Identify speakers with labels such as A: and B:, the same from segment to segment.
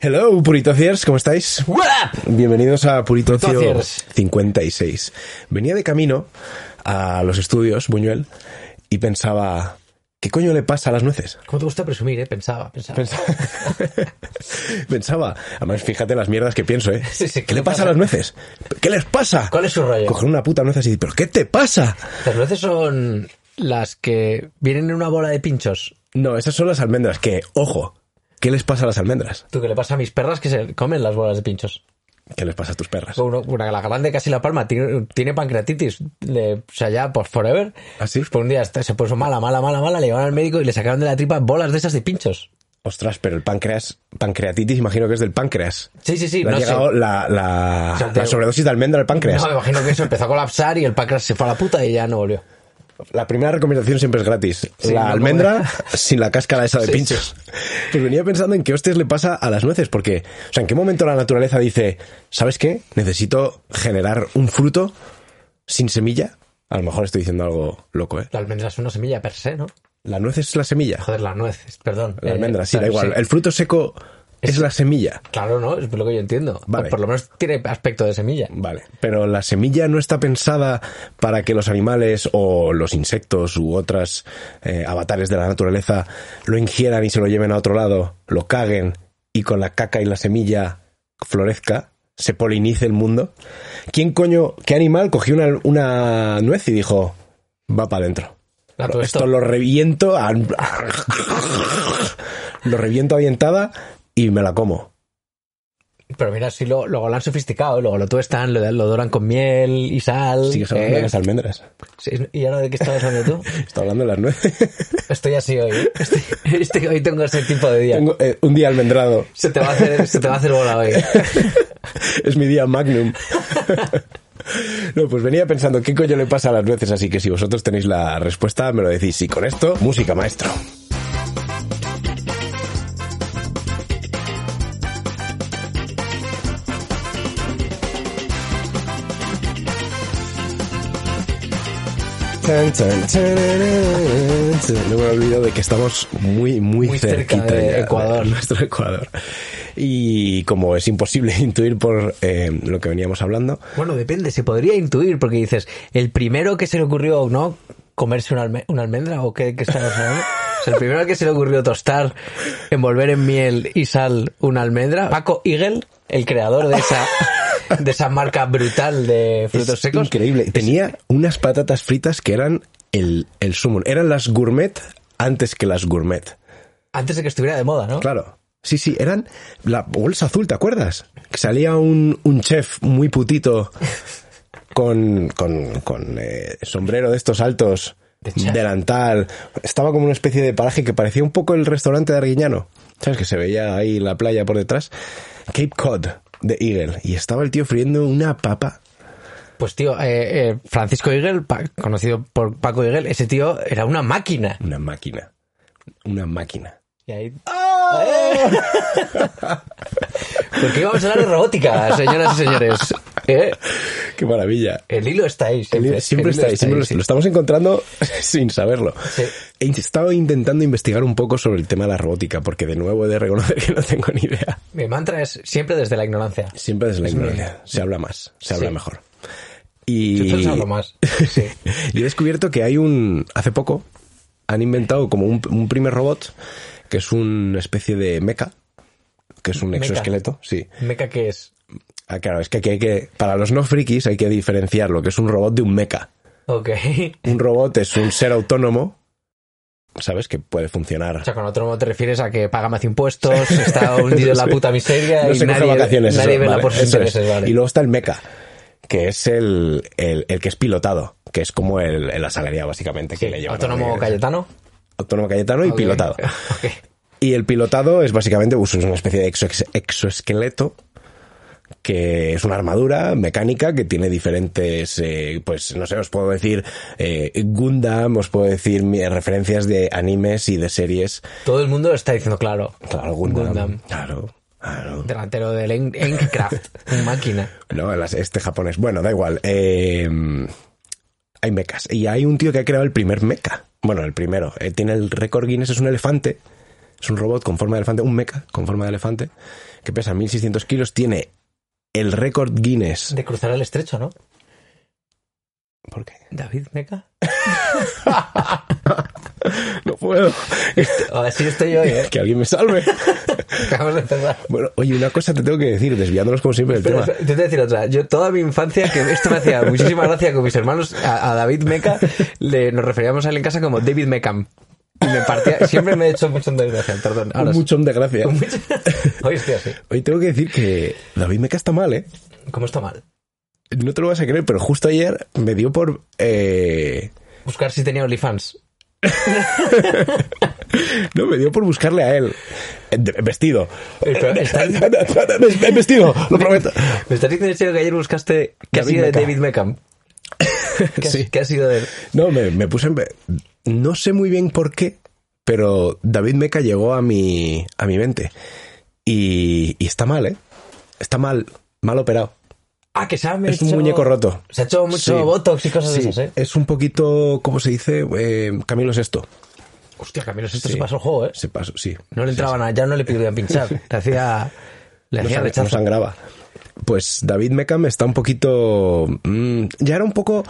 A: Hello, Puritociers, ¿cómo estáis?
B: What up?
A: Bienvenidos a Puritocio
B: Puritociers.
A: 56. Venía de camino a los estudios, Buñuel, y pensaba, ¿qué coño le pasa a las nueces?
B: ¿Cómo te gusta presumir, eh? Pensaba, pensaba.
A: Pensaba, pensaba además fíjate las mierdas que pienso, ¿eh?
B: Sí, sí,
A: ¿Qué le pasa a las nueces? ¿Qué les pasa?
B: ¿Cuál es su rollo?
A: Coger una puta nuez así, ¿pero qué te pasa?
B: Las nueces son las que vienen en una bola de pinchos.
A: No, esas son las almendras, que, ojo, ¿qué les pasa a las almendras?
B: Tú, que le pasa a mis perras que se comen las bolas de pinchos?
A: ¿Qué les pasa a tus perras?
B: Uno- una, la grande casi la palma tiene, tiene pancreatitis. Le- o sea, ya por forever.
A: ¿Ah, sí?
B: Pues un día está- se puso mala, mala, mala, mala. Le llevaron al médico y le sacaron de la tripa bolas de esas de pinchos.
A: Ostras, pero el páncreas, pancreatitis, imagino que es del páncreas.
B: Sí, sí, sí.
A: Le ha
B: no sé.
A: llegado la, la-
B: sea, te-
A: la sobredosis de almendra al páncreas.
B: No, me imagino que eso empezó a colapsar y el páncreas se fue a la puta y ya no volvió.
A: La primera recomendación siempre es gratis.
B: Sí,
A: la
B: no
A: almendra sin la cáscara esa de
B: Sí,
A: pinchos. Pues venía pensando en qué hostias le pasa a las nueces, porque, o sea, ¿en qué momento la naturaleza dice, ¿sabes qué? Necesito generar un fruto sin semilla? A lo mejor estoy diciendo algo loco, ¿eh?
B: La almendra es una semilla per se, ¿no?
A: La nuez es la semilla.
B: Joder, las nueces, perdón.
A: La
B: Eh,
A: almendra, sí, da igual.
B: sí.
A: El fruto seco es la semilla.
B: Claro, no, es lo que yo entiendo.
A: Vale.
B: O por lo menos tiene aspecto de semilla.
A: Vale, pero la semilla no está pensada para que los animales o los insectos u otras eh, avatares de la naturaleza lo ingieran y se lo lleven a otro lado, lo caguen y con la caca y la semilla florezca, se polinice el mundo. ¿Quién coño, qué animal cogió una, una nuez y dijo, va para adentro?
B: La
A: Lo-
B: tuesto.
A: Esto lo reviento, a- lo reviento a dientada y me la como.
B: Pero mira, si lo, luego lo han sofisticado, luego lo tuestan, lo, lo doran con miel y sal.
A: Sigues hablando
B: ¿eh?
A: de las almendras.
B: Sí, ¿Y ahora de qué estás hablando tú?
A: Está hablando de las nueces.
B: Estoy así hoy. ¿eh? Estoy- estoy- hoy tengo ese tipo de día.
A: Tengo eh, un día almendrado.
B: Se, te va a hacer, se te va a hacer bola hoy.
A: Es mi día magnum. No, pues venía pensando qué coño le pasa a las nueces, así que si vosotros tenéis la respuesta, me lo decís. Y con esto, música maestro. Tan, tan, tararán, tan. No me olvido de que estamos muy, muy,
B: Muy cerca
A: cerquita
B: de
A: ya
B: Ecuador.
A: nuestro Ecuador. Y como es imposible intuir por eh, lo que veníamos hablando,
B: Bueno, depende, se podría intuir, porque dices, el primero que se le ocurrió, ¿no? Comerse una, alme- una almendra o qué, qué estamos hablando. O sea, el primero que se le ocurrió tostar, envolver en miel y sal una almendra, Paco Igel, el creador de esa, de esa marca brutal de frutos
A: es
B: secos.
A: Increíble. Tenía unas patatas fritas que eran el, el sumo. Eran las gourmet antes que las gourmet.
B: Antes de que estuviera de moda, ¿no?
A: Claro. Sí, sí, eran la bolsa azul, ¿te acuerdas? Que salía un, un chef muy putito con, con, con, eh, sombrero de estos altos,
B: De chef.
A: delantal. Estaba como una especie de paraje que parecía un poco el restaurante de Arguiñano. ¿Sabes? Que se veía ahí la playa por detrás. Cape Cod de Eagle. Y estaba el tío friendo una papa.
B: Pues tío, eh, eh, Francisco Igel, pa- conocido por Paco Igel, ese tío era una máquina.
A: Una máquina. Una máquina.
B: Y ahí...
A: ¡Ah!
B: ¡Eh! Porque íbamos a hablar de robótica, señoras y señores. ¿Eh?
A: ¡Qué maravilla!
B: El hilo está ahí.
A: El-
B: Siempre,
A: siempre
B: El hilo
A: está ahí, siempre lo,
B: sí.
A: lo estamos encontrando sin saberlo.
B: Sí.
A: He in- estado intentando investigar un poco sobre el tema de la robótica, porque de nuevo he de reconocer que no tengo ni idea.
B: Mi mantra es siempre desde la ignorancia.
A: Siempre desde la
B: Es una
A: ignorancia. Se habla más, se habla
B: Sí.
A: mejor.
B: Yo
A: Y,
B: pensaba más. Sí.
A: y he descubierto que hay un... Hace poco han inventado como un, un primer robot, que es una especie de mecha, que es un
B: Mecha.
A: exoesqueleto, sí.
B: Meca que es.
A: Ah, claro, es que aquí hay que. Para los no frikis hay que diferenciar lo que es un robot de un mecha.
B: Ok.
A: Un robot es un ser autónomo, ¿sabes? Que puede funcionar.
B: O sea, con autónomo te refieres a que paga más impuestos, está hundido en la
A: Sí.
B: puta miseria
A: No
B: y
A: se coge
B: nadie,
A: vacaciones.
B: nadie
A: eso,
B: vela
A: vale,
B: por sus
A: eso es.
B: intereses, vale.
A: Y luego está el mecha, que es el, el, el que es pilotado, que es como el, el asalariado, básicamente, que
B: Sí,
A: le lleva.
B: Autónomo Cayetano.
A: Autónomo Cayetano y
B: Ok.
A: pilotado.
B: Ok.
A: Y el pilotado es básicamente pues, es una especie de exo- exoesqueleto que es una armadura mecánica que tiene diferentes, eh, pues no sé, os puedo decir eh, Gundam, os puedo decir mi- referencias de animes y de series.
B: Todo el mundo lo está diciendo claro.
A: Claro, Gundam.
B: Gundam.
A: Claro, claro.
B: Delantero del Eng- Enkcraft, un máquina.
A: No, las- este japonés. Bueno, da igual. eh, hay mechas. Y hay un tío que ha creado el primer mecha. Bueno, el primero. Eh, tiene el récord Guinness, es un elefante Es un robot con forma de elefante, un mecha con forma de elefante, que pesa 1600 kilos, tiene el récord Guinness.
B: De cruzar el estrecho, ¿no?
A: ¿Por qué?
B: David Meca.
A: No puedo.
B: Eh. Así estoy yo, ¿eh?
A: Que alguien me salve.
B: Acabamos de empezar.
A: Bueno, oye, una cosa te tengo que decir, desviándonos como siempre del
B: Pero
A: tema.
B: yo te voy a decir otra. Yo toda mi infancia, que esto me hacía muchísima gracia con mis hermanos, a, a David Meca, le, nos referíamos a él en casa como David Meckham. Y me partía, siempre me he hecho mucho de gracia, perdón. Ahora
A: Un
B: sí.
A: muchón de gracia.
B: Un mucho. Hoy estoy así.
A: Hoy tengo que decir que David Meca está mal, ¿eh?
B: ¿Cómo está mal?
A: No te lo vas a creer, pero justo ayer me dio por... eh,
B: Buscar si tenía OnlyFans.
A: No, me dio por buscarle a él. Eh, de- Vestido.
B: Eh, pero estás-
A: Vestido, lo prometo.
B: ¿Me estás diciendo en serio que ayer buscaste qué ha
A: David
B: sido de
A: Meckham.
B: David Meckham? ¿Qué, ha-
A: Sí.
B: ¿Qué ha sido de él?
A: No, me, me puse en... pe- No sé muy bien por qué, pero David Meca llegó a mi, a mi mente. Y, y está mal, ¿eh? Está mal, mal operado.
B: Ah, que se ha
A: Es un
B: hecho-
A: muñeco roto.
B: Se ha hecho mucho
A: Sí.
B: botox y cosas
A: Sí,
B: de esas, ¿eh?
A: Es un poquito, ¿cómo se dice? Eh, Camilo Sexto.
B: Hostia, Camilo, esto
A: Sí.
B: se pasó el juego, ¿eh?
A: Se pasó, sí.
B: No le entraban a, ya no le pidieron pinchar. Le hacía, le
A: No
B: hacía
A: sang- no
B: rechazo.
A: sangraba. Pues David Meckham está un poquito. mm, ya era un poco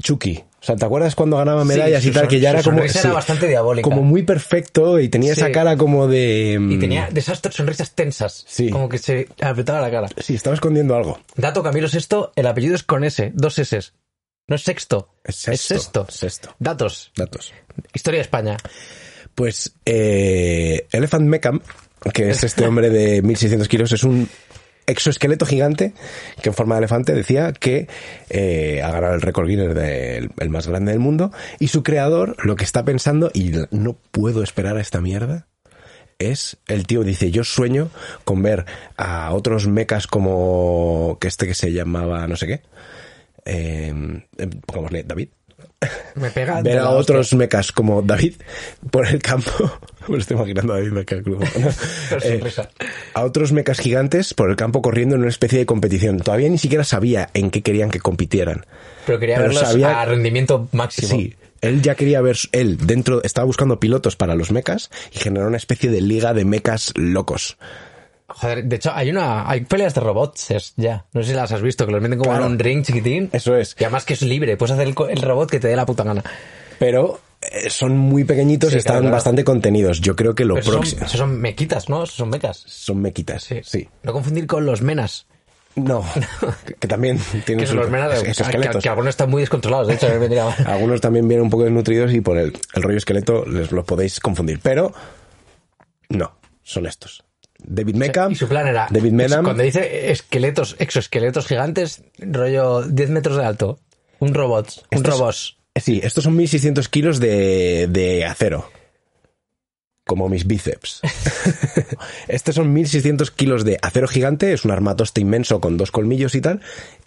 A: Chucky. O sea, ¿te acuerdas cuando ganaba medallas
B: Sí,
A: y
B: su
A: tal?
B: son-
A: Que ya
B: su
A: era como.
B: sonrisa
A: sí,
B: era bastante diabólica.
A: como muy perfecto y tenía esa
B: Sí.
A: cara como de. mm,
B: Y tenía de esas sonrisas tensas.
A: Sí.
B: Como que se apretaba la cara.
A: mm, Sí, estaba escondiendo algo.
B: Dato Camilo Sexto, el apellido es con S, dos S. No es sexto.
A: Es sexto.
B: Es sexto.
A: Sexto.
B: Datos.
A: Datos.
B: Historia de España.
A: Pues eh, Elephant Meckham, que es este hombre de 1600 kilos, es un exoesqueleto gigante que en forma de elefante decía que eh, ha ganado el récord Guinness del el más grande del mundo y su creador lo que está pensando y no puedo esperar a esta mierda es el tío dice yo sueño con ver a otros mecas como que este que se llamaba no sé qué eh, eh, pongámosle David
B: Me pega. de
A: ver a
B: la
A: otros mecas como David por el campo. Me lo estoy imaginando a David Meca Club.
B: hostia. Pero
A: Eh,
B: sonrisa.
A: a otros mecas gigantes por el campo corriendo en una especie de competición. Todavía ni siquiera sabía en qué querían que compitieran.
B: Pero quería
A: pero
B: verlos
A: sabía-
B: a rendimiento máximo.
A: Sí, él ya quería ver él dentro, estaba buscando pilotos para los mecas y generó una especie de liga de mecas locos.
B: Joder, de hecho, hay una hay peleas de robots es- ya. No sé si las has visto, que los meten como
A: Claro.
B: en un ring chiquitín.
A: Eso es.
B: Y además que es libre, puedes hacer el, co- el robot que te dé la puta gana.
A: Pero eh, son muy pequeñitos
B: Sí,
A: y están
B: claro, claro.
A: bastante contenidos. Yo creo que lo
B: Pero esos son,
A: próximo
B: esos son mequitas, ¿no? Esos son mecas.
A: son mequitas. Sí.
B: No confundir con los menas.
A: No, que- que también tienen
B: Que son
A: sus-
B: los menas de-
A: esos
B: que- que,
A: esqueletos.
B: que algunos están muy descontrolados, de hecho, me diría,
A: Algunos también vienen un poco desnutridos y por el, el rollo esqueleto les los podéis confundir. Pero no, son estos. David Meckham.
B: Y su plan era.
A: David Menam.
B: Cuando dice esqueletos, exoesqueletos gigantes, rollo 10 metros de alto. Un robot. Un
A: Estos-
B: robot.
A: Sí, estos son 1600 kilos de, de acero. Como mis bíceps. estos son 1600 kilos de acero gigante. Es un armatoste inmenso con dos colmillos y tal.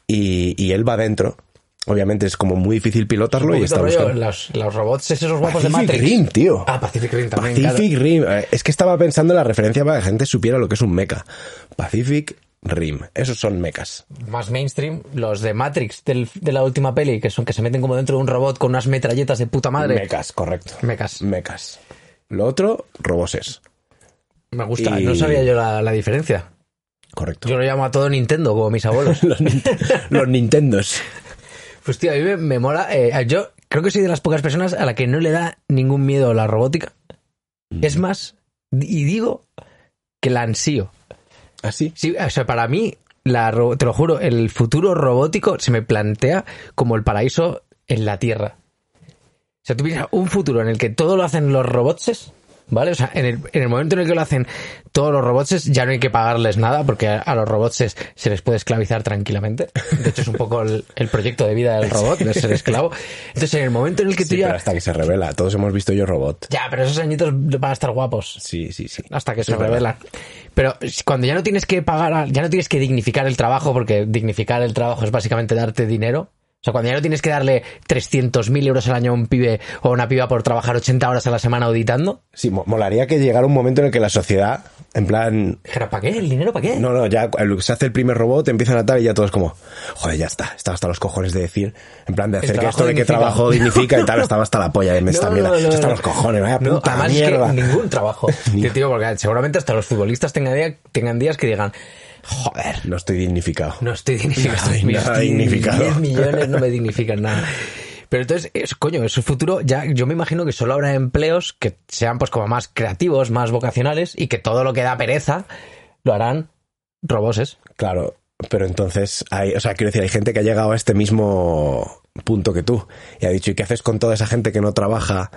A: Y, y él va dentro. Obviamente es como muy difícil pilotarlo y
B: Un
A: está
B: poquito rollo,
A: buscando.
B: los, los robots, esos guapos de
A: Pacific
B: Matrix.
A: Rim, tío.
B: Ah, Pacific Rim también.
A: Pacific Rim. Eh, Es que estaba pensando en la referencia para que la gente supiera lo que es un mecha. Pacific Rim. Esos son mechas.
B: claro. Más mainstream, los de Matrix del- de la última peli, que son que se meten como dentro de un robot con unas metralletas de puta madre.
A: Mechas, correcto.
B: Mecas.
A: Mechas. Lo otro, roboses.
B: Me gusta.
A: Y-
B: No sabía yo la, la diferencia.
A: Correcto.
B: Yo lo llamo a todo Nintendo, como mis abuelos.
A: Los, Nint- los Nintendos.
B: Pues tío, a mí me, me mola. eh, yo creo que soy de las pocas personas a la que no le da ningún miedo la robótica. Es más, y digo que la ansío.
A: Así.
B: Sí, o sea, para mí, la, ro- te lo juro, el futuro robótico se me plantea como el paraíso en la Tierra. O sea, tú piensas un futuro en el que todo lo hacen los robotses, ¿vale? O sea, en el, en el momento en el que lo hacen todos los robotses, ya no hay que pagarles nada, porque a, a los robotses se les puede esclavizar tranquilamente. De hecho, es un poco el, el proyecto de vida del robot, de ser esclavo. Entonces, en el momento en el que tú
A: Sí,
B: ya...
A: pero hasta que se revela. Todos hemos visto yo robot.
B: Ya, pero esos añitos van a estar guapos
A: Sí, sí, sí.
B: hasta que se
A: Es verdad.
B: revela. Pero cuando ya no tienes que pagar, a- ya no tienes que dignificar el trabajo, porque dignificar el trabajo es básicamente darte dinero, O sea, cuando ya no tienes que darle 300.000 euros al año a un pibe o a una piba por trabajar 80 horas a la semana auditando,
A: Sí, mo- molaría que llegara un momento en el que la sociedad, en plan,
B: dijera, ¿para qué? ¿El dinero para qué?
A: no, no, ya cu- se hace el primer robot, empiezan a tal y ya todos como, joder, ya está, estaba hasta los cojones de decir, en plan de hacer que
B: trabajo
A: esto de que
B: dignifica.
A: trabajo dignifica y tal, estaba hasta la polla de esta
B: No,
A: mierda,
B: no, no,
A: hasta
B: no.
A: los cojones, vaya
B: No,
A: puta
B: además
A: mierda.
B: es que ningún trabajo. Tío, tío, porque seguramente hasta los futbolistas tengan, día- tengan días que digan, joder,
A: No estoy dignificado.
B: no estoy dignificado.
A: No estoy
B: Mira,
A: nada
B: tío,
A: dignificado.
B: 10 millones no me dignifican nada. Pero entonces, es, coño, es un futuro, ya yo me imagino que solo habrá empleos que sean pues como más creativos, más vocacionales y que todo lo que da pereza lo harán roboses.
A: Claro, pero entonces hay, o sea, quiero decir, hay gente que ha llegado a este mismo punto que tú y ha dicho, ¿y qué haces con toda esa gente que no trabaja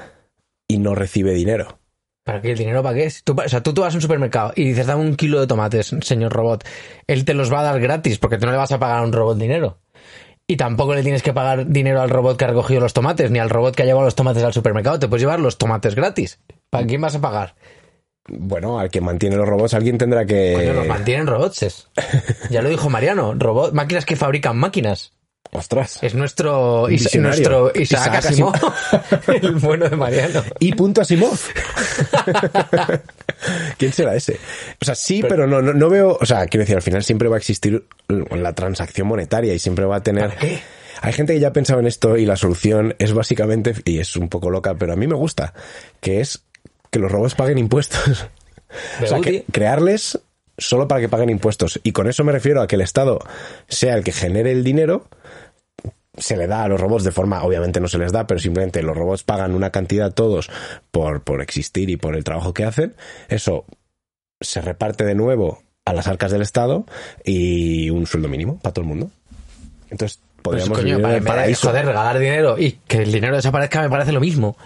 A: y no recibe dinero?
B: ¿Para qué? ¿El dinero para qué? Si tú pa- o sea, tú, tú vas a un supermercado y dices, dame un kilo de tomates, señor robot. Él te los va a dar gratis porque tú no le vas a pagar a un robot dinero. Y tampoco le tienes que pagar dinero al robot que ha recogido los tomates, ni al robot que ha llevado los tomates al supermercado. Te puedes llevar los tomates gratis. ¿Para quién vas a pagar?
A: Bueno, al que mantiene los robots, alguien tendrá que...
B: Coño, los mantienen robotses. Ya lo dijo Mariano, robot, máquinas que fabrican máquinas.
A: Ostras.
B: Es nuestro, Is-
A: Visionario.
B: nuestro Isaac,
A: Isaac
B: Asimov, el bueno de Mariano.
A: Y punto Asimov. ¿Quién será ese? O sea, sí, pero, no, no, no veo. O sea, quiero decir, al final siempre va a existir la transacción monetaria y siempre va a tener.
B: ¿Para qué?
A: Hay gente que ya ha pensado en esto y la solución es básicamente, y es un poco loca, pero a mí me gusta, que es que los robots paguen impuestos. O sea,
B: Beuti.
A: que crearles solo para que paguen impuestos. Y con eso me refiero a que el Estado sea el que genere el dinero. Se le da a los robots de forma, obviamente no se les da, pero simplemente los robots pagan una cantidad todos por, por existir y por el trabajo que hacen. Eso se reparte de nuevo a las arcas del Estado y un sueldo mínimo para todo el mundo. Entonces
B: Pues,
A: podríamos
B: coño,
A: vivir
B: para,
A: en
B: en
A: el
B: vez de,
A: paraíso.
B: joder, regalar dinero y que el dinero desaparezca me parece lo mismo.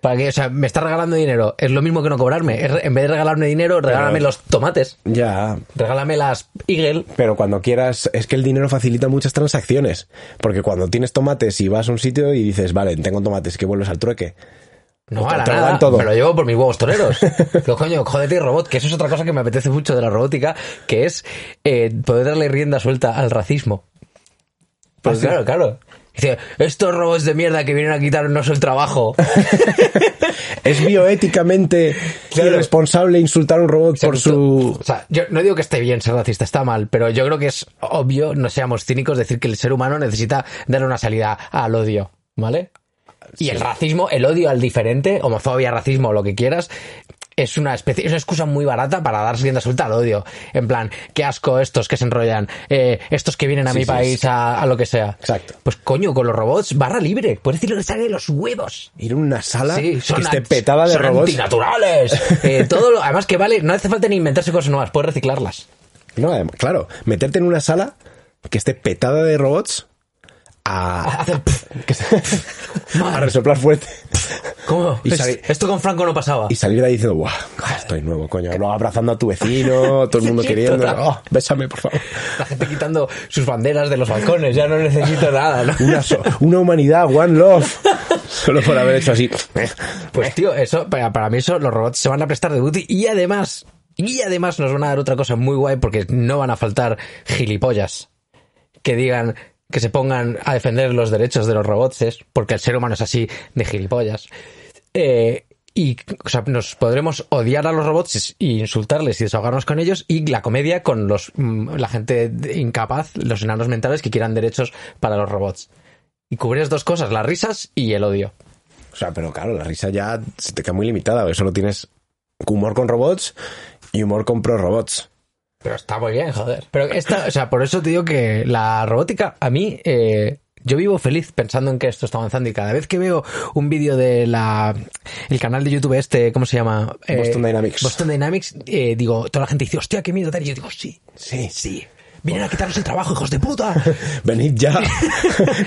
B: ¿Para qué? O sea, me está regalando dinero. Es lo mismo que no cobrarme. Es re- en vez de regalarme dinero, regálame los tomates.
A: Ya,
B: Regálame las Eagle.
A: Pero cuando quieras, es que el dinero facilita muchas transacciones. Porque cuando tienes tomates y vas a un sitio y dices, vale, tengo tomates, que vuelves al trueque.
B: No,
A: Te-
B: a la
A: te lo
B: nada.
A: dan todo.
B: Me lo llevo por mis huevos toreros. Pero coño, jódete, robot, que eso es otra cosa que me apetece mucho de la robótica, que es eh, poder darle rienda suelta al racismo. Pues claro, claro. Dice, estos robots de mierda que vienen a quitarnos el trabajo.
A: Es bioéticamente
B: Claro.
A: irresponsable insultar a un robot por su...
B: O sea, yo no digo que esté bien ser racista, está mal, pero yo creo que es obvio, no seamos cínicos, decir que el ser humano necesita darle una salida al odio, ¿vale? Y el racismo, el odio al diferente, homofobia, racismo, lo que quieras, es una especie, es una excusa muy barata para dar rienda suelta al odio. En plan, qué asco estos que se enrollan, eh, estos que vienen a mi
A: sí,
B: país a, a lo que sea.
A: Exacto.
B: Pues coño, con los robots, barra libre, puedes decir lo que sale de los huevos
A: Ir a una sala que esté
B: ant-
A: petada de
B: son
A: robots.
B: antinaturales. Eh, todo lo- además que vale, no hace falta ni inventarse cosas nuevas, puedes reciclarlas.
A: No, además, claro, meterte en una sala que esté petada de robots a,
B: Hace- pff,
A: que se- a resoplar fuerte
B: ¿Cómo?
A: Y
B: Es-
A: sale-
B: Esto con Franco no pasaba.
A: y salir de ahí diciendo, ¡guau! Estoy nuevo, coño. Luego abrazando a tu vecino, todo el mundo
B: Sí,
A: queriendo.
B: total.
A: "Oh, bésame, por favor.
B: La gente quitando sus banderas de los balcones, ya no necesito nada, ¿no?
A: Una, so- una humanidad, one love. Solo por haber hecho así.
B: Pues tío, eso, para, para mí eso, los robots se van a prestar de booty y además, y además nos van a dar otra cosa muy guay porque no van a faltar gilipollas que digan, que se pongan a defender los derechos de los robots, es porque el ser humano es así de gilipollas. Eh, y o sea, nos podremos odiar a los robots y insultarles y desahogarnos con ellos y la comedia con los mm, la gente de- incapaz, los enanos mentales que quieran derechos para los robots. Y cubres dos cosas, las risas y el odio.
A: O sea, pero claro, la risa ya se te queda muy limitada, porque solo tienes humor con robots y humor con pro robots.
B: Pero está muy bien, joder. Pero esta, o sea, por eso te digo que la robótica, a mí, eh, yo vivo feliz pensando en que esto está avanzando y cada vez que veo un vídeo de la, el canal de YouTube este, ¿cómo se llama? Eh,
A: Boston Dynamics.
B: Boston Dynamics, eh, digo, toda la gente dice, hostia, qué miedo tal. Y yo digo, sí,
A: Sí.
B: sí. Vienen a quitarnos el trabajo, hijos de puta.
A: Venid ya.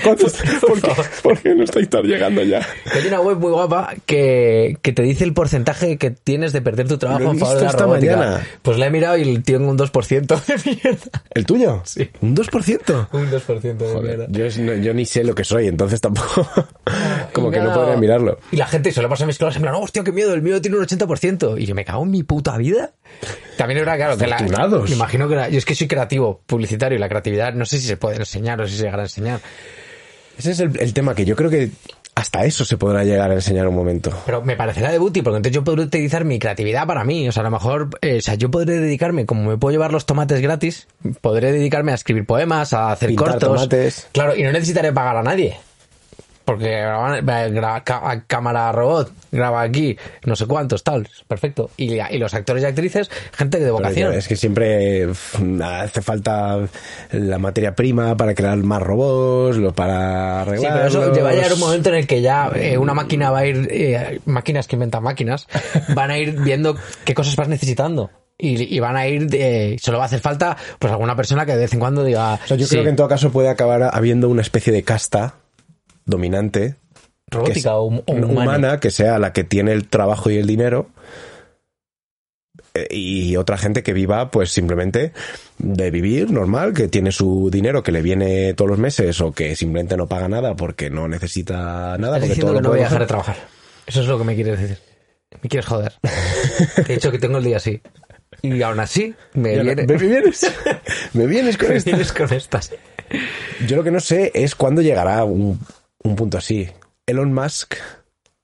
A: ¿Cuántos- ¿Por, qué,
B: favor.
A: por qué no estáis tar- llegando ya?
B: Hay una web muy guapa que, que te dice el porcentaje que tienes de perder tu trabajo
A: Lo he
B: en favor
A: visto
B: de la
A: esta
B: robótica.
A: mañana.
B: Pues la he mirado y tengo un 2% de mierda.
A: ¿El tuyo?
B: Sí.
A: ¿Un 2%?
B: Un 2% de mierda.
A: Joder, yo, es- no- yo ni sé lo que soy, entonces tampoco. Como que no
B: Claro.
A: podría mirarlo.
B: Y la gente se lo pasa a mis colegas en plan, hostia, qué miedo, el mío tiene un 80%. Y yo me cago en mi puta vida. También era claro que la.
A: Afortunados.
B: Me imagino que la- yo es que soy creativo, publicitario, y la creatividad no sé si se puede enseñar o si se llegará a enseñar.
A: Ese es el, el tema que yo creo que hasta eso se podrá llegar a enseñar un momento.
B: Pero me parecerá de booty, porque entonces yo podré utilizar mi creatividad para mí. O sea, a lo mejor, eh, o sea, yo podré dedicarme, como me puedo llevar los tomates gratis, podré dedicarme a escribir poemas, a hacer
A: Pintar
B: cortos.
A: tomates.
B: Claro, y no necesitaré pagar a nadie. Porque graban- va- gra- ca- a cámara robot, graba aquí, no sé cuántos, tal, perfecto. Y, la- y los actores y actrices, gente de
A: Pero
B: vocación.
A: ya, Es que siempre f, hace falta la materia prima para crear más robots, lo para
B: Sí,
A: arreglar.
B: pero eso va a llegar un momento en el que ya
A: Mm.
B: eh, una máquina va a ir, eh, máquinas que inventan máquinas, van a ir viendo qué cosas vas necesitando. Y, y van a ir, eh, solo va a hacer falta pues alguna persona que de vez en cuando diga,
A: O sea, yo
B: sí,
A: creo que en todo caso puede acabar habiendo una especie de casta dominante que
B: robótica
A: es-
B: o, hum- o
A: humana.
B: humana.
A: que sea la que tiene el trabajo y el dinero eh, y otra gente que viva pues simplemente de vivir normal, que tiene su dinero que le viene todos los meses o que simplemente no paga nada porque no necesita nada.
B: Estás
A: Porque
B: diciendo
A: todo
B: que
A: lo
B: no voy
A: puede
B: a dejar de
A: bajar.
B: trabajar. Eso es lo que me quieres decir. Me quieres joder. Te he dicho que tengo el día así. Y aún así, me
A: Ya,
B: viene...
A: ¿Me vienes? ¿Me vienes con
B: me
A: esto?
B: vienes con estas.
A: Yo lo que no sé es cuándo llegará un, un punto así. Elon Musk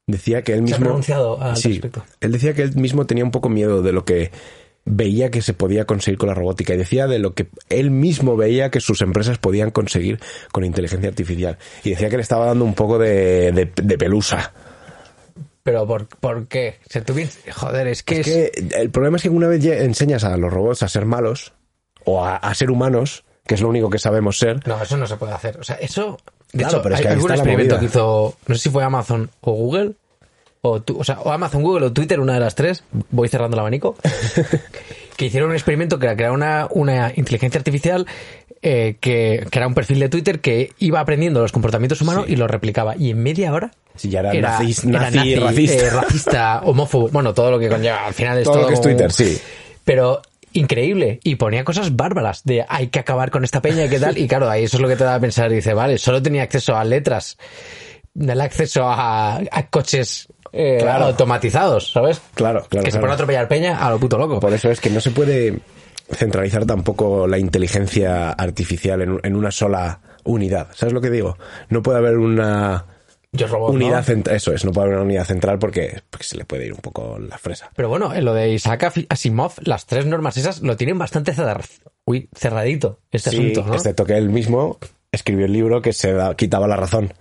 A: decía que él
B: Se ha
A: mismo.
B: pronunciado al
A: Sí,
B: respecto.
A: él decía que él mismo tenía un poco miedo de lo que veía que se podía conseguir con la robótica y decía de lo que él mismo veía que sus empresas podían conseguir con inteligencia artificial y decía que le estaba dando un poco de, de- de pelusa.
B: Pero ¿por, por qué? O sea, tú piensas- Joder, es que
A: Es que el problema es que una vez ya enseñas a los robots a ser malos o a, a ser humanos, que es lo único que sabemos ser,
B: No, eso no se puede hacer. O sea, eso. De
A: Claro,
B: hecho,
A: pero es
B: hay
A: que ahí
B: algún
A: está la
B: experimento que
A: movida.
B: hizo. No sé si fue Amazon o Google. O, tu- o sea, o Amazon, Google o Twitter, una de las tres. Voy cerrando el abanico. que hicieron un experimento que era crear una, una inteligencia artificial eh, que, que era un perfil de Twitter que iba aprendiendo los comportamientos humanos y los replicaba. Y en media hora.
A: si ya era,
B: Era,
A: nazis-
B: era
A: nazi,
B: nazi,
A: racista.
B: eh, racista, homófobo, bueno, todo lo que conlleva. Al final es
A: Todo
B: todo,
A: lo que es Twitter, sí.
B: Pero increíble. Y ponía cosas bárbaras de hay que acabar con esta peña y qué tal. Y claro, ahí eso es lo que te da a pensar. Dice, vale, solo tenía acceso a letras, no el acceso a, a coches eh,
A: Claro.
B: automatizados, ¿sabes?
A: Claro, claro.
B: que se
A: claro. Pues,
B: pone a atropellar peña a lo puto loco.
A: Por eso es que no se puede centralizar tampoco la inteligencia artificial en, en una sola unidad. ¿Sabes lo que digo? No puede haber una
B: Yo robot, ¿no?
A: unidad central. Eso es, no puede haber una unidad central porque, porque se le puede ir un poco la fresa.
B: Pero bueno, en lo de Isaac Afi- Asimov, las tres normas esas lo tienen bastante cerrar- uy, cerradito este
A: Sí,
B: asunto, ¿no?
A: excepto que él mismo escribió el libro que se da- quitaba la razón.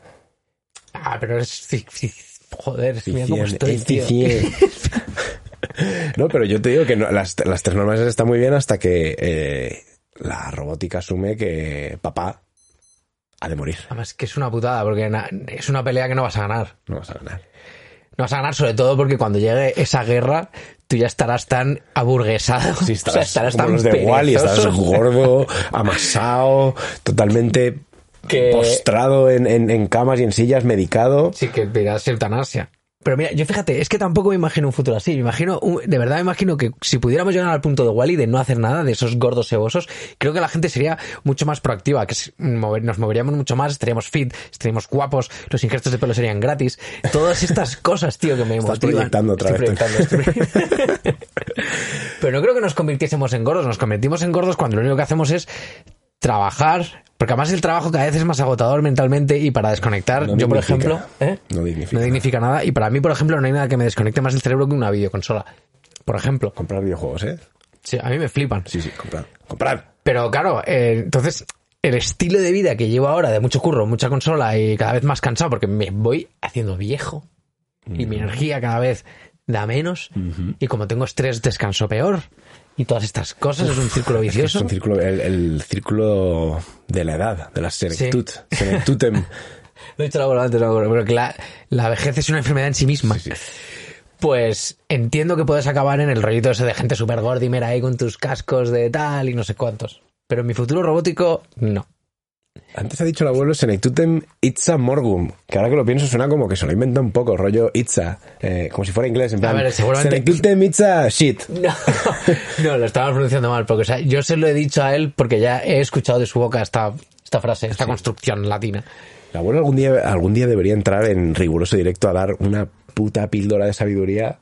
B: Ah, pero es. fic- fic- Joder, es que mira cómo
A: Eficien-
B: estoy, tío.
A: eficien. No, pero yo te digo que no- las, las tres normas esas están muy bien hasta que eh, la robótica asume que papá ha de morir.
B: Además, que es una putada, porque na- es una pelea que no vas a ganar.
A: No vas a ganar.
B: No vas a ganar, sobre todo porque cuando llegue esa guerra, tú ya estarás tan aburguesado.
A: Sí,
B: o sea,
A: estarás,
B: estarás
A: como
B: tan
A: los de Wally, estarás
B: perezoso
A: gordo, amasado, totalmente
B: Que-
A: postrado en, en- en camas y en sillas, medicado.
B: Sí, que pedirás eutanasia. Pero mira, yo fíjate, es que tampoco me imagino un futuro así. Me imagino, un- de verdad me imagino que si pudiéramos llegar al punto de Wally de no hacer nada, de esos gordos cebosos, creo que la gente sería mucho más proactiva, que es mover- nos moveríamos mucho más, estaríamos fit, estaríamos guapos, los injertos de pelo serían gratis. Todas estas cosas, tío, que me
A: Estás
B: motivan.
A: proyectando otra
B: Estoy
A: vez.
B: proyectando, estoy proye- Pero no creo que nos convirtiésemos en gordos, nos convertimos en gordos cuando lo único que hacemos es trabajar, porque además el trabajo cada vez es más agotador mentalmente y para desconectar,
A: No
B: yo por
A: dignifica.
B: ejemplo, ¿eh?
A: No dignifica.
B: No dignifica nada. Y para mí, por ejemplo, no hay nada que me desconecte más el cerebro que una videoconsola. Por ejemplo,
A: Comprar videojuegos, ¿eh?
B: Sí, a mí me flipan.
A: Sí, sí, comprar. Comprar.
B: Pero claro, eh, entonces el estilo de vida que llevo ahora de mucho curro, mucha consola y cada vez más cansado porque me voy haciendo viejo y
A: Mm.
B: mi energía cada vez da menos y como tengo estrés descanso peor y todas estas cosas es un círculo
A: Es
B: vicioso.
A: un círculo, el, el círculo de la edad, de la senectud. Senectutem.
B: Lo he dicho la palabra antes, no me acuerdo, pero que la, la vejez es una enfermedad en sí misma. Pues entiendo que puedes acabar en el rollito ese de gente súper gordimer ahí con tus cascos de tal y no sé cuántos. Pero en mi futuro robótico, no.
A: Antes ha dicho el abuelo Senectutem Itza Morgum, que ahora que lo pienso suena como que se lo inventa un poco, rollo Itza, eh, como si fuera inglés. En plan,
B: ver, seguramente-
A: Senectutem Itza shit.
B: No, no, lo estaba pronunciando mal, porque o sea, yo se lo he dicho a él porque ya he escuchado de su boca esta, esta frase, esta construcción latina.
A: El abuelo algún día, algún día debería entrar en riguroso directo a dar una puta píldora de sabiduría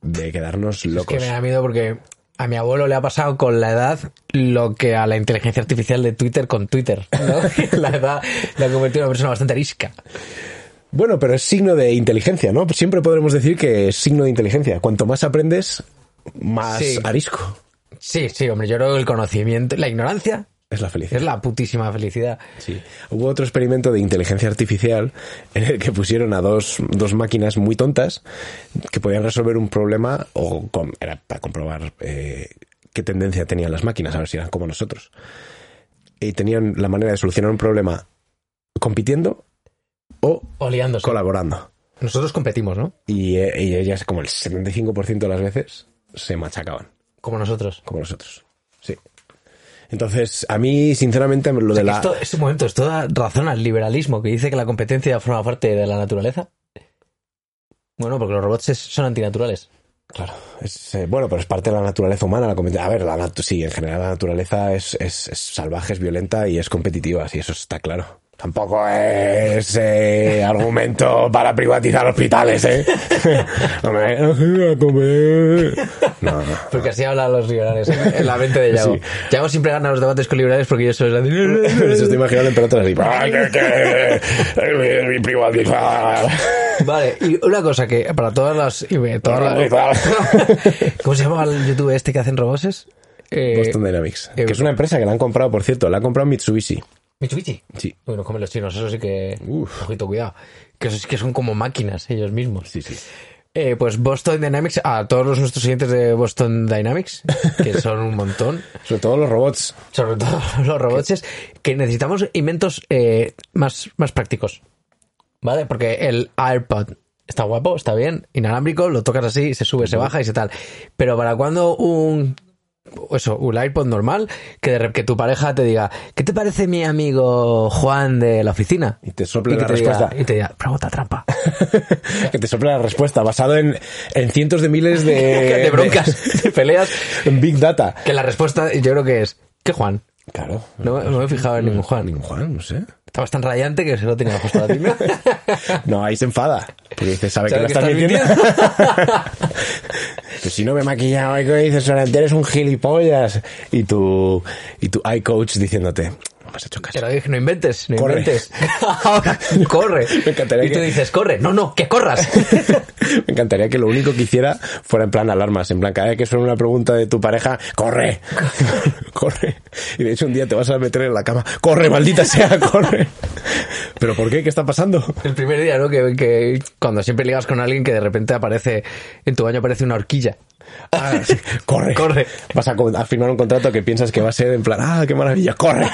A: de quedarnos
B: Es que
A: locos.
B: me da miedo porque A mi abuelo le ha pasado con la edad lo que a la inteligencia artificial de Twitter con Twitter. ¿no? la edad le ha convertido en una persona bastante arisca.
A: Bueno, pero es signo de inteligencia, ¿no? Siempre podremos decir que es signo de inteligencia. Cuanto más aprendes, más
B: Sí.
A: arisco.
B: Sí, sí, hombre, yo creo que el conocimiento, la ignorancia
A: Es la felicidad.
B: es la putísima felicidad.
A: Sí. Hubo otro experimento de inteligencia artificial en el que pusieron a dos, dos máquinas muy tontas que podían resolver un problema o com- era para comprobar eh, qué tendencia tenían las máquinas, a ver si eran como nosotros. Y tenían la manera de solucionar un problema compitiendo o
B: Oleándose.
A: colaborando.
B: Nosotros competimos, ¿no?
A: Y, eh, y ellas, como el 75% de las veces, se machacaban,
B: Como nosotros.
A: como nosotros. Sí. Entonces, a mí, sinceramente, lo de la...
B: Esto, es un momento, esto da razón al liberalismo que dice que la competencia forma parte de la naturaleza. Bueno, porque los robots es- son antinaturales.
A: Claro, es, eh, bueno, pero es parte de la naturaleza humana. La competi- a ver, la natu- sí, en general la naturaleza es, es- es salvaje, es violenta y es competitiva, sí, eso está claro. Tampoco es eh, argumento para privatizar hospitales, ¿eh? Hombre, eh, a comer. No, no.
B: Porque así hablan los liberales en en la mente de Yago.
A: Sí.
B: Yago siempre gana los debates con liberales porque yo soy
A: Se estoy
B: la...
A: imaginando el pelotón así. "Ah, "Ay, que- que- eh, eh, privatizar".
B: Vale, y una cosa que para todas las... y me- todas las- ¿Cómo se llama el YouTube este que hacen roboses? Eh,
A: Boston Dynamics, que
B: eh,
A: es una empresa que la han comprado, por cierto, la han comprado Mitsubishi.
B: Mitsubishi.
A: Sí.
B: Uy, nos comen los chinos, eso sí que...
A: Uf.
B: Ojito, cuidado. Que eso sí que son como máquinas ellos mismos.
A: Sí, sí.
B: Eh, pues Boston Dynamics, a todos los nuestros siguientes de Boston Dynamics, que son un montón,
A: Sobre todo los robots.
B: sobre todo los robots, que necesitamos inventos eh, más, más prácticos. ¿Vale? Porque el AirPod está guapo, está bien, inalámbrico, lo tocas así, se sube, se baja y se tal. Pero para cuando un. Eso, un AirPod normal, que, de, rep- que tu pareja te diga, ¿qué te parece mi amigo Juan de la oficina?
A: Y te sopla
B: que
A: la
B: te diga-
A: respuesta.
B: y te diga, pregunta trampa.
A: que te sopla la respuesta, basado en, en cientos de miles de,
B: que te broncas, te peleas.
A: de- en Big Data.
B: Que la respuesta yo creo que es ¿Qué Juan?
A: Claro.
B: No, me- no me he fijado en ningún Juan.
A: Ningún Juan, no sé.
B: Estabas tan radiante que se lo tenía justo a la tía.
A: No, ahí se enfada. Porque dice, ¿sabe que
B: ¿Sabe
A: lo
B: que
A: estás
B: estás
A: mintiendo? Pues si no me he maquillado, y dices, Sorrentino, eres un gilipollas. Y tu, y tu iCoach diciéndote, no me has hecho
B: Te
A: caso.
B: lo dije, no inventes, no
A: Corre.
B: inventes. Ahora, corre.
A: Me encantaría
B: Y tú
A: que-
B: dices, corre. No, no, que corras.
A: Me encantaría que lo único que hiciera fuera en plan alarmas. En plan, cada vez que suena una pregunta de tu pareja, corre, corre. Y de hecho un día te vas a meter en la cama, corre, maldita sea, corre. ¿Pero por qué? ¿Qué está pasando?
B: El primer día, ¿no? Que, que cuando siempre ligas con alguien que de repente aparece, en tu baño aparece una horquilla.
A: Ah, sí, corre.
B: Corre.
A: Vas a, con- a firmar un contrato que piensas que va a ser en plan, ah, qué maravilla, corre.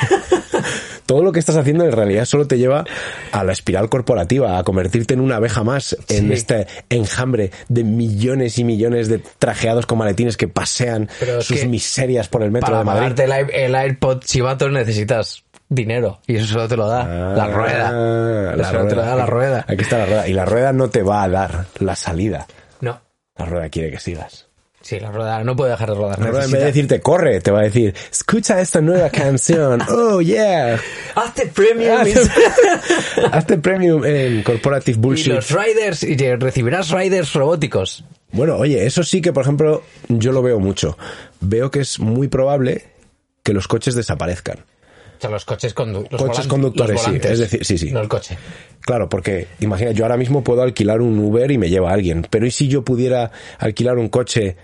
A: Todo lo que estás haciendo en realidad solo te lleva a la espiral corporativa, a convertirte en una abeja más en
B: Sí.
A: este enjambre de millones y millones de trajeados con maletines que pasean
B: Pero es
A: sus
B: que
A: miserias por el metro
B: Para
A: de Madrid.
B: pagarte el, air- el AirPod chivato necesitas dinero. Y eso solo te lo da la
A: Ah,
B: rueda.
A: la
B: Solo te lo
A: rueda.
B: da la rueda.
A: Aquí está la rueda. Y la rueda no te va a dar la salida.
B: No.
A: La rueda quiere que sigas.
B: Sí, la rueda no puede dejar de rodar.
A: La rueda en
B: necesita-
A: vez de decirte corre, te va a decir escucha esta nueva canción. Oh yeah.
B: Hazte premium
A: Hazte, hazte premium en Corporative
B: y
A: Bullshit.
B: los riders y te- recibirás riders robóticos.
A: Bueno, oye, eso sí que, por ejemplo, yo lo veo mucho. Veo que es muy probable que los coches desaparezcan.
B: O sea, los coches con los volan-
A: conductores,
B: los
A: sí,
B: volantes,
A: es decir, sí, sí.
B: No el coche.
A: Claro, porque imagina, yo ahora mismo puedo alquilar un Uber y me lleva a alguien, pero ¿y si yo pudiera alquilar un coche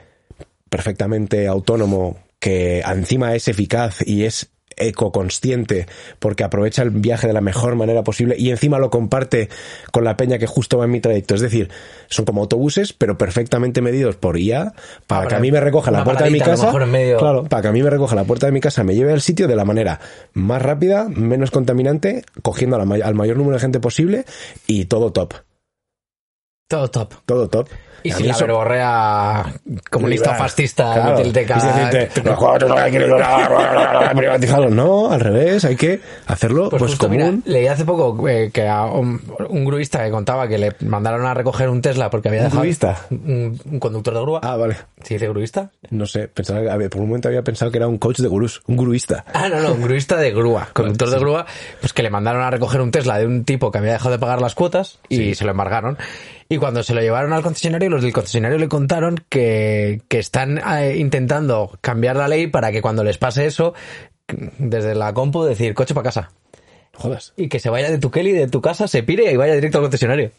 A: perfectamente autónomo que encima es eficaz y es ecoconsciente porque aprovecha el viaje de la mejor manera posible y encima lo comparte con la peña que justo va en mi trayecto. Es decir, son como autobuses, pero perfectamente medidos por IA para
B: Ah,
A: que a
B: para-
A: mí me recoja la
B: una
A: puerta de mi
B: paradita, a lo
A: casa.
B: mejor en medio.
A: Claro, para que a mí me recoja la puerta de mi casa, me lleve al sitio de la manera más rápida, menos contaminante, cogiendo a la may- al mayor número de gente posible y todo top.
B: Todo top.
A: Todo top.
B: Y
A: A
B: sin
A: mí
B: la
A: eso-
B: verborrea comunista,
A: Liberal.
B: fascista,
A: Claro.
B: metilteca,
A: Es decirte,
B: eh,
A: los jugadores no hay que regular, privatizarlo. No, al revés, hay que hacerlo pues,
B: Pues, justo,
A: común.
B: mira, leí hace poco eh, que a un, un gruista que contaba que le mandaron a recoger un Tesla porque había
A: ¿Un
B: dejado
A: gruista?
B: un, un conductor de grúa.
A: Ah, vale.
B: ¿Se dice gruista?
A: No sé, pensaba, a ver, por un momento había pensado que era un coach de gurús, un guruista.
B: Ah, no, no, un gruista de grúa, conductor de grúa, pues que le mandaron a recoger un Tesla de un tipo que había dejado de pagar las cuotas y se lo embargaron. Y cuando se lo llevaron al concesionario, los del concesionario le contaron que, que están eh, intentando cambiar la ley para que cuando les pase eso, desde la compu decir coche para casa.
A: Jodas.
B: Y que se vaya de tu Kelly, de tu casa, se pire y vaya directo al concesionario.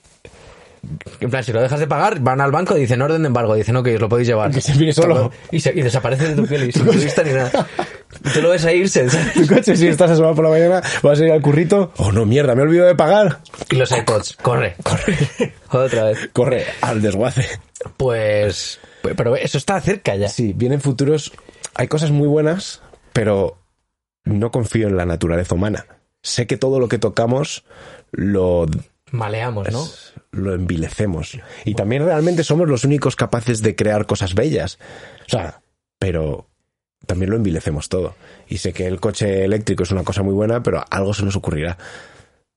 B: En plan, si lo dejas de pagar, van al banco y dicen orden de embargo. Dicen, ok, os lo podéis llevar.
A: Que se pire solo.
B: Y, se- y desaparece de tu Kelly, sin turista ni nada. Tú lo ves a irse, ¿sabes?
A: Tu coche, si estás asomado por la mañana, vas a ir al currito. Oh, no, mierda, me he olvidado de pagar.
B: Y los AirPods, corre, corre. Otra vez.
A: Corre al desguace.
B: Pues. pues, Pero eso está cerca ya.
A: Sí, vienen futuros. Hay cosas muy buenas, pero no confío en la naturaleza humana. Sé que todo lo que tocamos lo
B: Maleamos, ¿no?
A: lo envilecemos. Y también realmente somos los únicos capaces de crear cosas bellas. O sea, pero también lo envilecemos todo. Y sé que el coche eléctrico es una cosa muy buena, pero algo se nos ocurrirá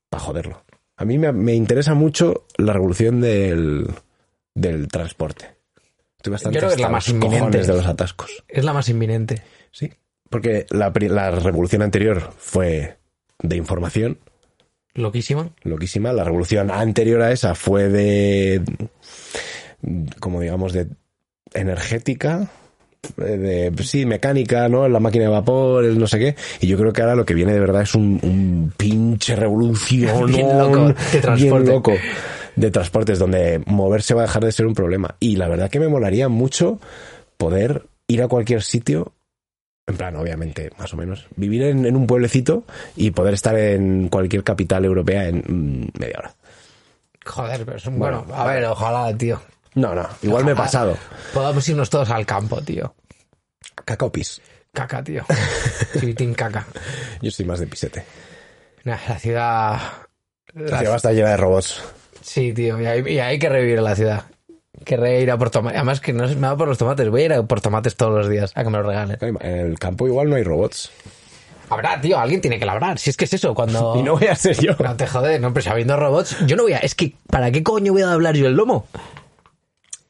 A: para joderlo. A mí me, me interesa mucho la revolución del, del transporte. Estoy bastante
B: Yo creo que es la
A: hasta
B: más
A: los cojones
B: inminente.
A: de los atascos.
B: Es la más inminente.
A: Sí. Porque la, pri- la revolución anterior fue de información
B: Loquísima.
A: loquísima. La revolución anterior a esa fue de, como digamos, de energética, eh, de, sí, mecánica, ¿no? La máquina de vapor, el no sé qué. Y yo creo que ahora lo que viene de verdad es un, un pinche revolución
B: Bien loco, de transporte.
A: loco de transportes, donde moverse va a dejar de ser un problema. Y la verdad que me molaría mucho poder ir a cualquier sitio en plan, obviamente, más o menos. Vivir en, en un pueblecito y poder estar en cualquier capital europea en mm, media hora.
B: Joder, pero es un.
A: Bueno,
B: Bueno, a ver, ojalá, tío.
A: No, no, igual me he pasado.
B: Podamos irnos todos al campo, tío.
A: Cacopis.
B: Caca, tío. Chiquitín caca.
A: Yo soy más de pisete.
B: Nah, la ciudad.
A: La ciudad está llena de robots.
B: Sí, tío. Y hay, y hay que revivir la ciudad. Querré ir a por tomates. Además, que no se me va por los tomates. Voy a ir a por tomates todos los días a que me los regalen.
A: En el campo igual no hay robots.
B: Habrá, tío. Alguien tiene que labrar. Si es que es eso, cuando.
A: Y no voy a ser yo.
B: No te jodes, no, pero si habiendo robots, yo no voy a. Es que, ¿para qué coño voy a hablar yo el lomo?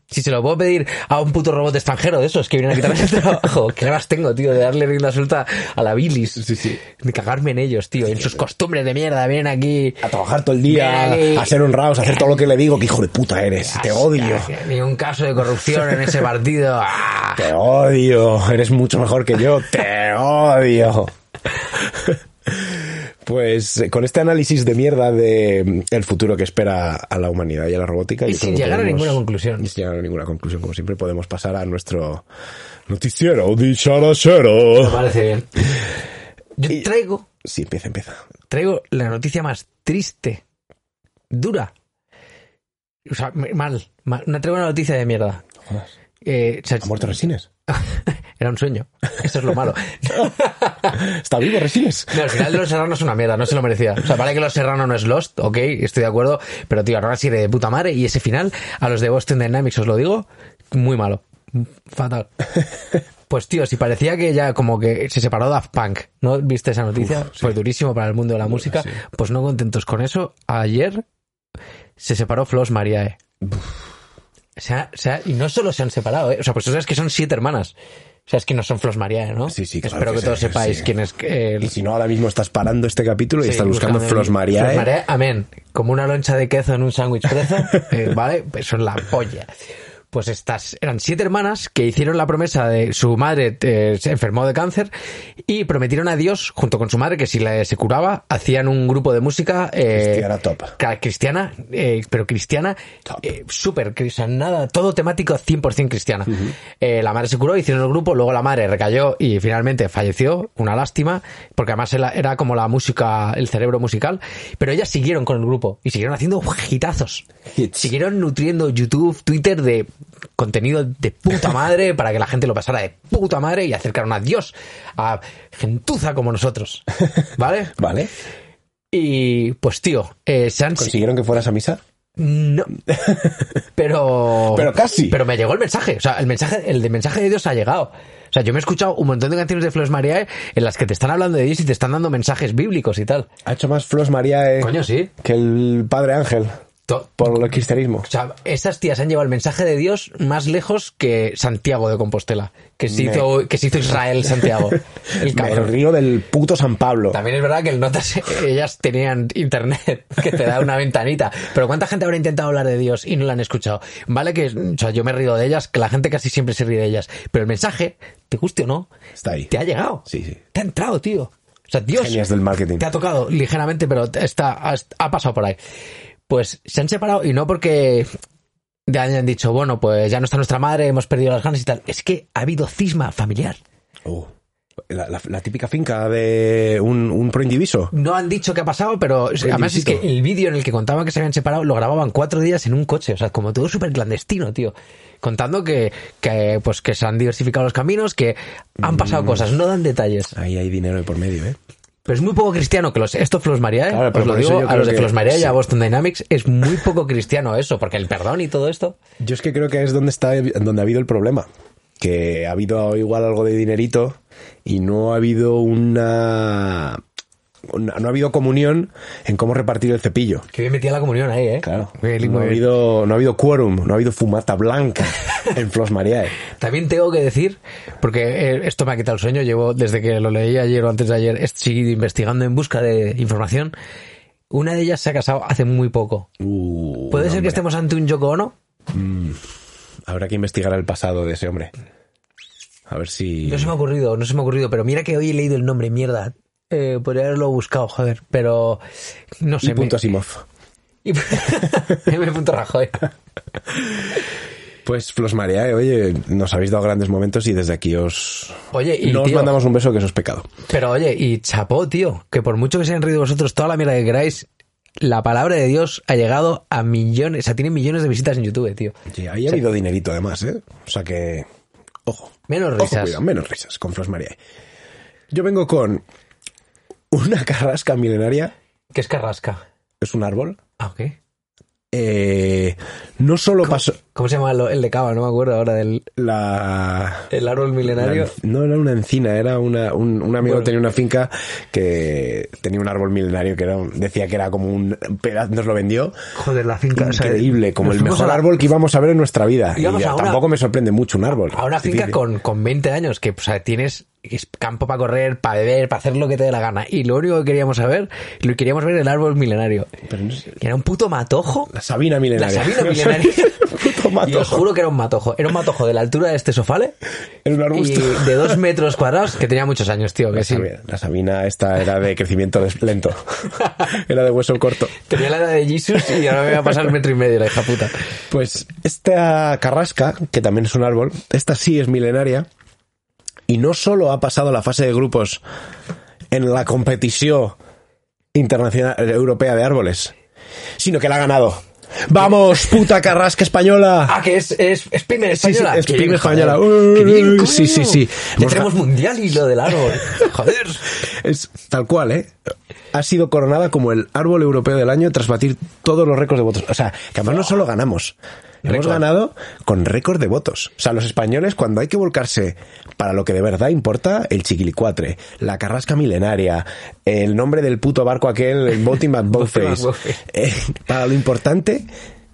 B: Si se lo puedo pedir a un puto robot extranjero de esos que vienen a quitarme el trabajo, ¿qué ganas tengo, tío, de darle rienda suelta a la bilis?
A: Sí, sí.
B: De cagarme en ellos, tío, en sus costumbres de mierda, vienen aquí.
A: A trabajar todo el día,
B: Ven aquí.
A: a ser honrados, a hacer todo lo que le digo. Que hijo de puta eres. Te odio.
B: Ni un caso de corrupción en ese partido. ¡Ah!
A: Te odio. Eres mucho mejor que yo. Te odio. Pues eh, con este análisis de mierda de mm, el futuro que espera a la humanidad y a la robótica.
B: Y
A: yo creo
B: sin
A: que
B: llegar a ninguna conclusión.
A: y sin llegar a ninguna conclusión, como siempre, podemos pasar a nuestro noticiero dicharachero.
B: Me parece bien. Yo
A: Y-
B: traigo,
A: Sí, empieza, empieza.
B: traigo la noticia más triste, dura. O sea, m- mal, mal. Una traigo una noticia de mierda. Eh, o sea,
A: ¿Ha muerto Resines?
B: era un sueño. Eso es lo malo.
A: ¿Está vivo Resines?
B: No, al final de Los Serranos es una mierda, no se lo merecía. O sea, vale que Los Serranos no es Lost, ok, estoy de acuerdo, pero tío, ahora sí de puta madre y ese final, a los de Boston Dynamics os lo digo, muy malo. Fatal. Pues tío, si parecía que ya como que se separó Daft Punk, ¿no viste esa noticia? Fue durísimo para el mundo de la música.
A: sí.
B: Pues no contentos con eso, ayer se separó Flos Mariae. O sea, o sea, y no solo se han separado, ¿eh? O sea, pues tú sabes que son siete hermanas. O sea, es que no son Flos Mariae, ¿no?
A: Sí, sí, claro
B: Espero
A: que
B: que, todos
A: sí,
B: sepáis
A: sí.
B: quién es eh,
A: Y si no, ahora mismo estás parando este capítulo y
B: Sí,
A: estás buscando
B: búscame
A: Flos
B: el-
A: María. ¿eh?
B: Flos María, amén. Como una loncha de queso en un sándwich preso, eh, ¿vale? Pues son la polla. Pues estas eran siete hermanas que hicieron la promesa de su madre eh, se enfermó de cáncer y prometieron a Dios, junto con su madre, que si la- se curaba, hacían un grupo de música eh,
A: Cristiana top.
B: ca- cristiana, eh, pero cristiana
A: Top.
B: eh, súper cristiana, nada, todo temático 100% cristiana. Eh, la madre se curó, hicieron el grupo, luego la madre recayó y finalmente falleció, una lástima, porque además era, era como la música, el cerebro musical, pero ellas siguieron con el grupo y siguieron haciendo hitazos.
A: Hits.
B: Siguieron nutriendo YouTube, Twitter de contenido de puta madre para que la gente lo pasara de puta madre y acercaron a Dios, a gentuza como nosotros. ¿Vale?
A: ¿Vale?
B: Y pues tío, eh, se han...
A: ¿Consiguieron que fueras a misa?
B: No. Pero.
A: Pero casi.
B: Pero me llegó el mensaje. O sea, el mensaje, el de mensaje de Dios ha llegado. O sea, yo me he escuchado un montón de canciones de Flores Mariae en las que te están hablando de Dios y te están dando mensajes bíblicos y tal.
A: Ha hecho más Flos María
B: Coño, sí.
A: que el Padre Ángel.
B: To-
A: por el cristianismo.
B: O sea, esas tías han llevado el mensaje de Dios más lejos que Santiago de Compostela, que se
A: Me-
B: hizo, que se hizo Israel Santiago.
A: Me
B: El cabrón.
A: río del puto San Pablo.
B: También es verdad que el Notas, ellas tenían internet, que te da una ventanita. Pero ¿cuánta gente habrá intentado hablar de Dios y no la han escuchado? Vale que, o sea, yo me río de ellas, que la gente casi siempre se ríe de ellas. Pero el mensaje, te guste o no,
A: Está ahí.
B: te ha llegado.
A: Sí, sí.
B: Te ha entrado, tío. O sea, Dios
A: Genias del marketing.
B: te ha tocado ligeramente, pero te- está, ha, ha pasado por ahí. Pues se han separado y no porque ya hayan dicho, bueno, pues ya no está nuestra madre, hemos perdido las ganas y tal. Es que ha habido cisma familiar.
A: Uh, la, la- la típica finca de un, un proindiviso.
B: No han dicho qué ha pasado, pero es-
A: El
B: además es que
A: divisito.
B: el vídeo en el que contaban que se habían separado lo grababan cuatro días en un coche, o sea, como todo súper clandestino, tío. Contando que, que, pues, que se han diversificado los caminos, que han pasado cosas, no dan detalles.
A: Ahí hay dinero de por medio, ¿eh?
B: Pero es muy poco cristiano que los, estos Flows María, ¿eh?
A: Claro, pero
B: os lo
A: por eso
B: digo
A: yo
B: a
A: creo
B: los de
A: que-
B: Flows María y a
A: sí.
B: Boston Dynamics, es muy poco cristiano eso, porque el perdón y todo esto.
A: Yo es que creo que es donde está donde ha habido el problema. Que ha habido igual algo de dinerito y no ha habido una. una- no ha habido comunión en cómo repartir el cepillo.
B: Que bien metía la comunión ahí, ¿eh? Muy bien,
A: No ha
B: muy bien.
A: habido, no ha habido quórum, no ha habido fumata blanca en Flos Mariae.
B: También tengo que decir, porque eh, esto me ha quitado el sueño, llevo desde que lo leí ayer o antes de ayer, he seguido investigando en busca de información. Una de ellas se ha casado hace muy poco.
A: Uh,
B: ¿Puede
A: no,
B: ser que
A: hombre.
B: estemos ante un Yoko Ono?
A: Habrá que investigar el pasado de ese hombre. A ver si.
B: No se me ha ocurrido, no se me ha ocurrido, pero mira que hoy he leído el nombre, mierda. Eh, podría haberlo buscado, joder, pero no sé.
A: Y punto
B: me-
A: Asimov.
B: Y- M. punto Rajoy.
A: Pues Flos Mariae, oye, nos habéis dado grandes momentos y desde aquí os.
B: Oye, y
A: no os
B: tío,
A: mandamos un beso que eso es pecado.
B: pero oye, y chapó, tío, que por mucho que se hayan reído vosotros toda la mierda que queráis, la palabra de Dios ha llegado a millones, o sea, tiene millones de visitas en YouTube, tío.
A: Oye, ahí ha habido dinerito además, ¿eh? O sea que. Ojo.
B: Menos
A: Ojo,
B: risas.
A: cuidado, menos risas con Flos Mariae. Yo vengo con una carrasca milenaria.
B: Que es Carrasca.
A: Es un árbol.
B: Ah, ok.
A: Eh, no solo pasó.
B: ¿Cómo se llama lo- el de Cava? No me acuerdo ahora del
A: La.
B: el árbol milenario.
A: la- no era una encina, era una, un, un amigo
B: Bueno.
A: tenía una finca que tenía un árbol milenario que era, un- decía que era como un pedazo, nos lo vendió.
B: Joder, la finca. o sea,
A: Increíble, como
B: nos
A: el
B: fuimos
A: mejor
B: a la-
A: árbol que íbamos a ver en nuestra vida. Y
B: Íbamos a una-
A: tampoco me sorprende mucho un árbol.
B: A una
A: Sí,
B: finca
A: sí.
B: con, con 20 años, que o sea, tienes es campo para correr, para beber, para hacer lo que te dé la gana. Y lo único que queríamos saber, lo queríamos ver el árbol milenario.
A: Pero no sé,
B: Que era un puto matojo.
A: La Sabina
B: La
A: milenaria.
B: sabina milenaria.
A: Puto
B: Y os
A: matojo.
B: juro que era un matojo. Era un matojo de la altura de este sofale.
A: Era un arbusto.
B: Y de dos metros cuadrados, que tenía muchos años, tío. Que
A: La
B: sí.
A: Sabina, la Sabina esta era de crecimiento des- lento. Era de hueso corto.
B: Tenía la edad de Jesus y ahora me va a pasar metro y medio, la hija puta.
A: Pues esta carrasca, que también es un árbol, esta sí es milenaria. Y no solo ha pasado la fase de grupos en la competición internacional eh, europea de árboles, sino que la ha ganado. ¡Vamos, puta carrasca española!
B: Ah, que es, es, es pyme
A: Sí, sí,
B: española.
A: es
B: Qué
A: pyme
B: bien,
A: española.
B: joder. Qué bien,
A: Uy, sí,
B: coño.
A: sí, sí.
B: Ya
A: Hemos
B: tenemos mundial y lo del árbol. Joder.
A: Es tal cual, ¿eh? Ha sido coronada como el árbol europeo del año tras batir todos los récords de votos. O sea, que además no solo ganamos, hemos
B: Récord.
A: ganado con récord de votos. O sea, los españoles cuando hay que volcarse para lo que de verdad importa, el chiquilicuatre, la carrasca milenaria, el nombre del puto barco aquel, el Boating at Boatface,
B: Boatface.
A: eh, para lo importante,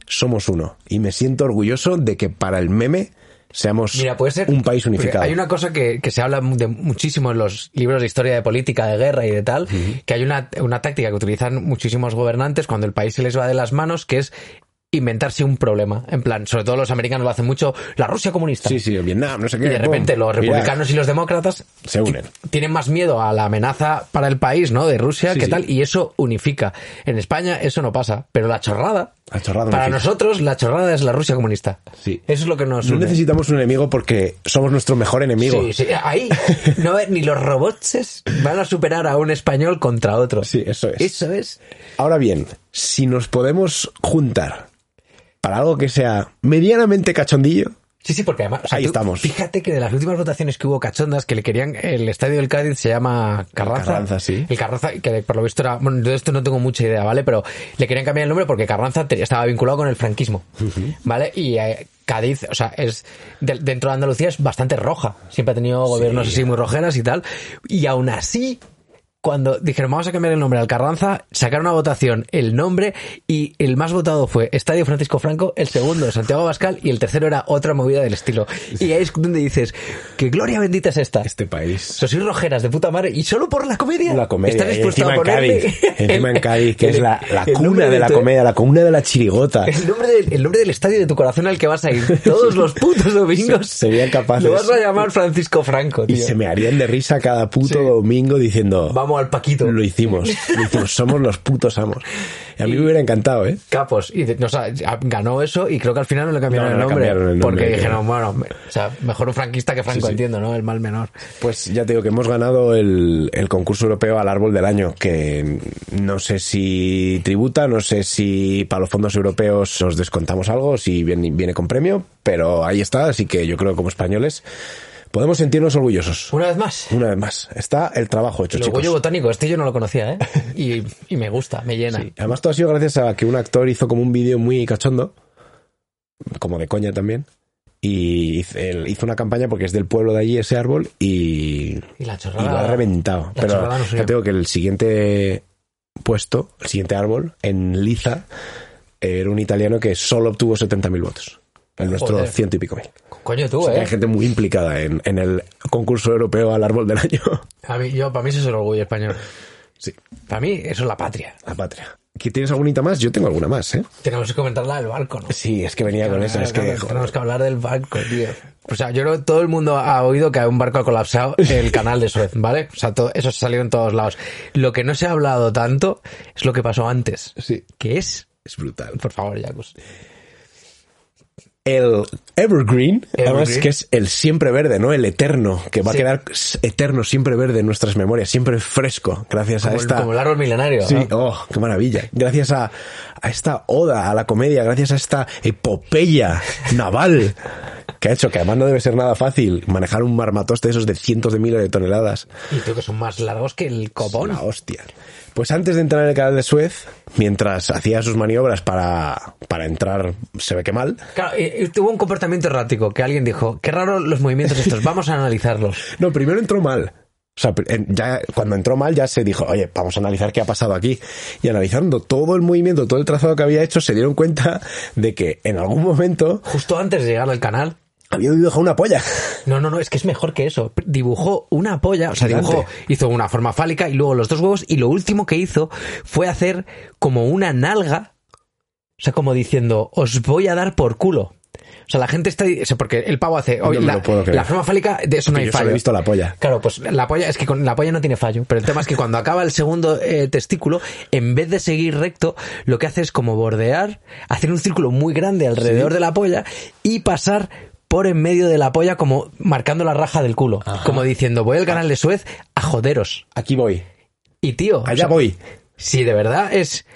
A: somos uno. Y me siento orgulloso de que para el meme seamos
B: Mira, puede ser.
A: un país
B: porque
A: unificado.
B: Hay una cosa que, que se habla de muchísimo en los libros de historia de política, de guerra y de tal, que hay una, una táctica que utilizan muchísimos gobernantes cuando el país se les va de las manos, que es inventarse un problema. En plan, sobre todo los americanos lo hacen mucho, la Rusia comunista.
A: Sí, sí, Vietnam, no sé qué.
B: Y de
A: pum,
B: repente los
A: Irak.
B: republicanos y los demócratas
A: Se unen.
B: ti- Tienen más miedo a la amenaza para el país, ¿no? De Rusia,
A: Sí,
B: ¿qué
A: sí.
B: tal? Y eso unifica. En España eso no pasa, pero la chorrada.
A: La chorrada
B: para
A: unifica.
B: nosotros la chorrada es la Rusia comunista.
A: Sí.
B: Eso es lo que nos
A: No
B: une.
A: necesitamos un enemigo porque somos nuestro mejor enemigo.
B: Sí, sí, ahí no ni los robots van a superar a un español contra otro.
A: Sí, eso es.
B: Eso es.
A: Ahora bien, si nos podemos juntar para algo que sea medianamente cachondillo,
B: Sí, sí, porque además. o sea,
A: Ahí estamos.
B: Fíjate que de las últimas votaciones que hubo cachondas, que le querían. El estadio del Cádiz se llama Carranza.
A: Carranza, sí.
B: El Carranza, que por lo visto era. Bueno, de esto no tengo mucha idea, ¿vale? Pero le querían cambiar el nombre porque Carranza te- estaba vinculado con el franquismo. ¿Vale? Y eh, Cádiz, o sea, es. de- dentro de Andalucía es bastante roja. Siempre ha tenido gobiernos así muy rojeras y tal. Y aún así. cuando dijeron vamos a cambiar el nombre al Carranza, sacaron una votación el nombre y el más votado fue Estadio Francisco Franco, el segundo Santiago Bascal y el tercero era otra movida del estilo. Y ahí es donde dices, qué gloria bendita es esta.
A: Este país.
B: Sois rojeras de puta madre y solo por la comedia.
A: La comedia.
B: Estás
A: y
B: dispuesto
A: encima
B: a
A: en
B: ponerme
A: Cádiz. Encima en Cádiz, que
B: el-
A: es la, la
B: el
A: cuna
B: nombre
A: de la
B: tu-
A: comedia, la cuna de la chirigota.
B: El nombre, del, el nombre del estadio de tu corazón al que vas a ir todos los putos domingos.
A: Se- serían capaces.
B: Lo vas a llamar Francisco Franco,
A: Y
B: tío.
A: se me harían de risa cada puto
B: Sí.
A: domingo diciendo,
B: Vamos al Paquito.
A: lo hicimos, lo hicimos, somos los putos amos. Y a mí me hubiera encantado, ¿eh?
B: Capos. Y de- no, o sea, ganó eso y creo que al final no le cambiaron,
A: No, no le
B: el, nombre,
A: cambiaron el nombre,
B: Porque
A: claro.
B: dijeron, bueno, me- o sea, mejor un franquista que Franco,
A: Sí, sí.
B: entiendo, ¿no? El mal menor.
A: Pues ya te digo que hemos ganado el, el concurso europeo al árbol del año, que no sé si tributa, no sé si para los fondos europeos nos descontamos algo, si viene, viene con premio, pero ahí está, así que yo creo que como españoles podemos sentirnos orgullosos.
B: Una vez más.
A: Una vez más, está el trabajo hecho,
B: El orgullo
A: pues, chicos.
B: botánico, este yo no lo conocía, ¿eh? Y, y me gusta, me llena.
A: Además, todo ha sido gracias a que un actor hizo como un vídeo muy cachondo, como de coña también, y hizo- él hizo una campaña porque es del pueblo de allí ese árbol y
B: Y la
A: Y
B: chorrada.
A: Pues lo ha reventado.
B: Ah. la
A: pero
B: chorrada no soy
A: ya
B: yo.
A: tengo que el siguiente puesto, el siguiente árbol, en Liza, era un italiano que solo obtuvo 70.000 votos. El nuestro
B: Joder.
A: ciento y pico mil.
B: Coño, tú,
A: O sea, que
B: ¿eh?
A: Hay gente muy implicada en, en el concurso europeo al árbol del año.
B: A mí, yo, para mí eso es el orgullo español.
A: Sí,
B: Para mí eso es la patria.
A: la patria. ¿Qué- ¿Tienes alguna más? Yo tengo alguna más, ¿eh? Ah,
B: Tenemos que comentarla del barco, ¿no?
A: Sí, es que venía con esa.
B: Claro,
A: Es que,
B: claro,
A: joder.
B: tenemos que hablar del barco, tío. O sea, yo creo que todo el mundo ha oído que un barco ha colapsado el canal de Suez, ¿vale? O sea, todo, eso se salió en todos lados. Lo que no se ha hablado tanto es lo que pasó antes.
A: Sí.
B: Que es,
A: es brutal.
B: por favor, Jacus.
A: El Evergreen, además
B: Evergreen.
A: que es el siempre verde, ¿no? El eterno, que va
B: Sí.
A: a quedar eterno, siempre verde en nuestras memorias, siempre fresco, gracias a
B: Como, el-
A: esta.
B: como el árbol milenario.
A: Sí,
B: ¿no?
A: oh, qué maravilla. Gracias a, a esta oda, a la comedia, gracias a esta epopeya naval que ha hecho, que además no debe ser nada fácil manejar un marmatoste de esos de cientos de miles de toneladas.
B: Y creo que son más largos que el copón.
A: La hostia. Pues antes de entrar en el canal de Suez, mientras hacía sus maniobras para, para entrar, se ve que mal,
B: Claro, y- y tuvo un comportamiento errático que alguien dijo, qué raro los movimientos estos, vamos a analizarlos.
A: No, primero entró mal. O sea, pr- en- ya cuando entró mal ya se dijo, oye, vamos a analizar qué ha pasado aquí. Y analizando todo el movimiento, todo el trazado que había hecho, se dieron cuenta de que en algún momento
B: Justo antes de llegar al canal,
A: había dibujado una polla.
B: No, no, no, es que es mejor que eso. Dibujó una polla, o sea,
A: Gigante.
B: dibujó, hizo una forma fálica y luego los dos huevos y lo último que hizo fue hacer como una nalga, o sea, como diciendo, os voy a dar por culo. O sea, la gente está... O sea, porque el pavo hace... oye,
A: me
B: la,
A: lo puedo creer.
B: la forma fálica, de eso no hay
A: Yo solo
B: fallo.
A: he visto la polla.
B: Claro, pues la polla es que con la polla no tiene fallo, pero el tema es que cuando acaba el segundo eh, testículo, en vez de seguir recto, lo que hace es como bordear, hacer un círculo muy grande alrededor de la polla y pasar por en medio de la polla como marcando la raja del culo, como diciendo, voy al canal de Suez a joderos.
A: Aquí voy.
B: Y tío, o
A: Allá
B: sea,
A: voy.
B: si de verdad es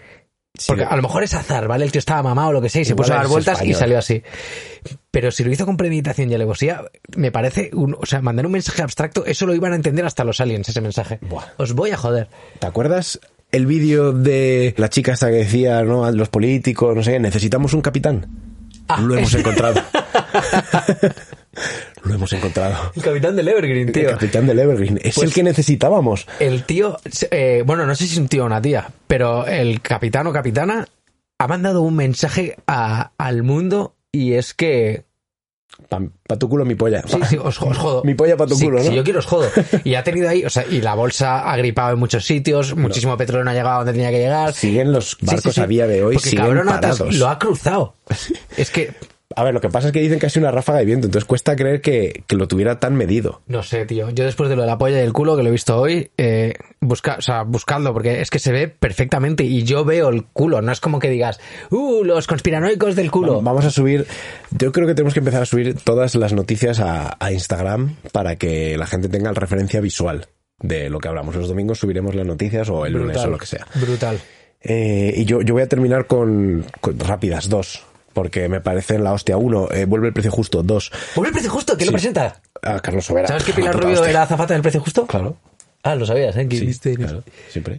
A: Sí,
B: porque a lo mejor es azar, ¿vale? El tío estaba mamado o lo que sea y se
A: Igual
B: puso a dar
A: es
B: vueltas y
A: español.
B: salió así. Pero si lo hizo con premeditación y alevosía, me parece, un- o sea, mandar un mensaje abstracto, eso lo iban a entender hasta los aliens, ese mensaje.
A: Buah.
B: Os voy a joder.
A: ¿Te acuerdas el vídeo de la chica esta que decía, no, a los políticos, no sé, necesitamos un capitán?
B: Ah.
A: Lo hemos encontrado. Lo hemos encontrado.
B: El capitán del Evergreen,
A: El
B: tío.
A: capitán del Evergreen. Es
B: Pues-
A: el que necesitábamos.
B: El tío, eh, bueno, no sé si es un tío o una tía, pero el capitán o capitana ha mandado un mensaje a- al mundo y es que
A: Pa, pa tu culo mi polla. Ah,
B: Sí, sí, os, os jodo.
A: Mi polla pa' tu
B: Sí,
A: culo, ¿no?
B: Si yo quiero, os jodo. Y ha tenido ahí, o sea, y la bolsa ha gripado en muchos sitios, muchísimo petróleo no ha llegado donde tenía que llegar.
A: Siguen los
B: Sí, sí,
A: barcos
B: sí.
A: a día de hoy,
B: Porque,
A: siguen
B: cabrón, ha tras-
A: parados.
B: lo ha cruzado. Es que,
A: A ver, lo que pasa es que dicen que ha sido una ráfaga de viento, entonces cuesta creer que, que lo tuviera tan medido.
B: no sé, tío. Yo después de lo de la polla y el culo que lo he visto hoy, eh, busca, o sea, buscadlo, porque es que se ve perfectamente y yo veo el culo. No es como que digas, uh, los conspiranoicos del culo.
A: Vamos a subir, yo creo que tenemos que empezar a subir todas las noticias a, a Instagram para que la gente tenga referencia visual de lo que hablamos. Los domingos subiremos las noticias o el lunes o lo que sea.
B: Brutal.
A: Eh, y yo, yo voy a terminar con, con rápidas, dos, porque me parecen la hostia. Uno, eh, vuelve el precio justo. Dos,
B: Pobre Pues precio justo, ¿quién lo presenta?
A: a Carlos Sobera.
B: ¿Sabes que
A: La
B: Pilar
A: puta
B: Rubio
A: hostia.
B: era azafata del precio justo?
A: Ah, Claro.
B: Ah, lo sabías, ¿eh? Que
A: Sí,
B: viste-
A: claro, siempre.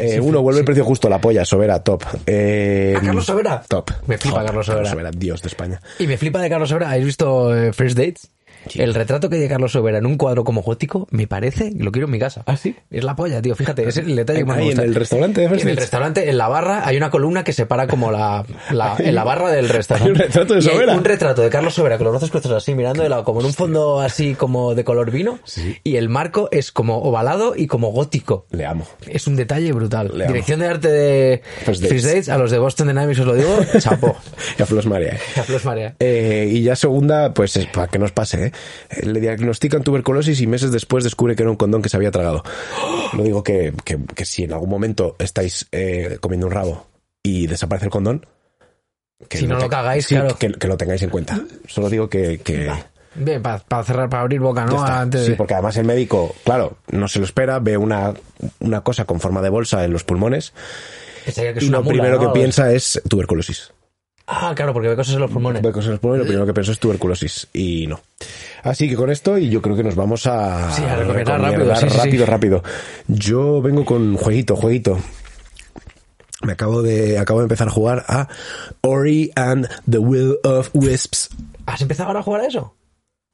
A: Eh, uno, vuelve el precio justo, la polla, Sobera, top. Eh,
B: ¿A Carlos Sobera?
A: Top.
B: Me flipa Carlos Sobera.
A: Dios de España.
B: Y me flipa de Carlos Sobera. ¿Habéis visto eh, First Dates? El retrato que de Carlos Sobera en un cuadro como gótico, me parece, lo quiero en mi casa.
A: ¿Ah, sí?
B: Es la polla, tío. Fíjate, es el detalle que más me
A: Ahí en
B: gusta.
A: el restaurante de
B: En el
A: Fairfield.
B: restaurante, en la barra, hay una columna que separa como la, la- en la barra del restaurante.
A: hay un retrato de
B: Y hay
A: Sobera.
B: un retrato de Carlos Sobera con los brazos cruzados pues, así, mirando de lado, como en un fondo así como de color vino. Y el marco es como ovalado y como gótico.
A: Le amo.
B: Es un detalle brutal.
A: Le amo.
B: Dirección de arte de
A: First Dates.
B: First Dates, a los de Boston Dynamics os lo digo, chapó.
A: Ya Flos María.
B: A Flos Marea.
A: Eh, y ya segunda, pues es para que nos pase, ¿eh? Eh, Le diagnostican tuberculosis y meses después descubre que era un condón que se había tragado. Lo digo que, que- que si en algún momento estáis eh, comiendo un rabo y desaparece el condón, que
B: Si no lo
A: te-
B: cagáis,
A: sí,
B: claro.
A: que, que lo tengáis en cuenta. Solo digo que... que
B: Bien, para cerrar, para abrir boca,
A: ya
B: ¿no?
A: está.
B: Antes de-
A: Sí, porque además el médico, claro, no se lo espera, ve una, una cosa con forma de bolsa en los pulmones
B: Pensaría que es
A: y
B: una
A: lo
B: mula,
A: primero
B: ¿no?
A: que
B: Algo
A: piensa es tuberculosis.
B: así. Ah, claro, porque ve cosas en los pulmones.
A: Ve cosas en los pulmones, lo primero que pienso es tuberculosis y no. Así que con esto y yo creo que nos vamos a,
B: Sí, a recomendar rápido,
A: recomendar
B: sí, sí,
A: rápido,
B: sí.
A: rápido. Yo vengo con jueguito, jueguito. Me acabo de acabo de empezar a jugar a Ori and the Will of Wisps,
B: ¿Has empezado ahora a jugar a eso?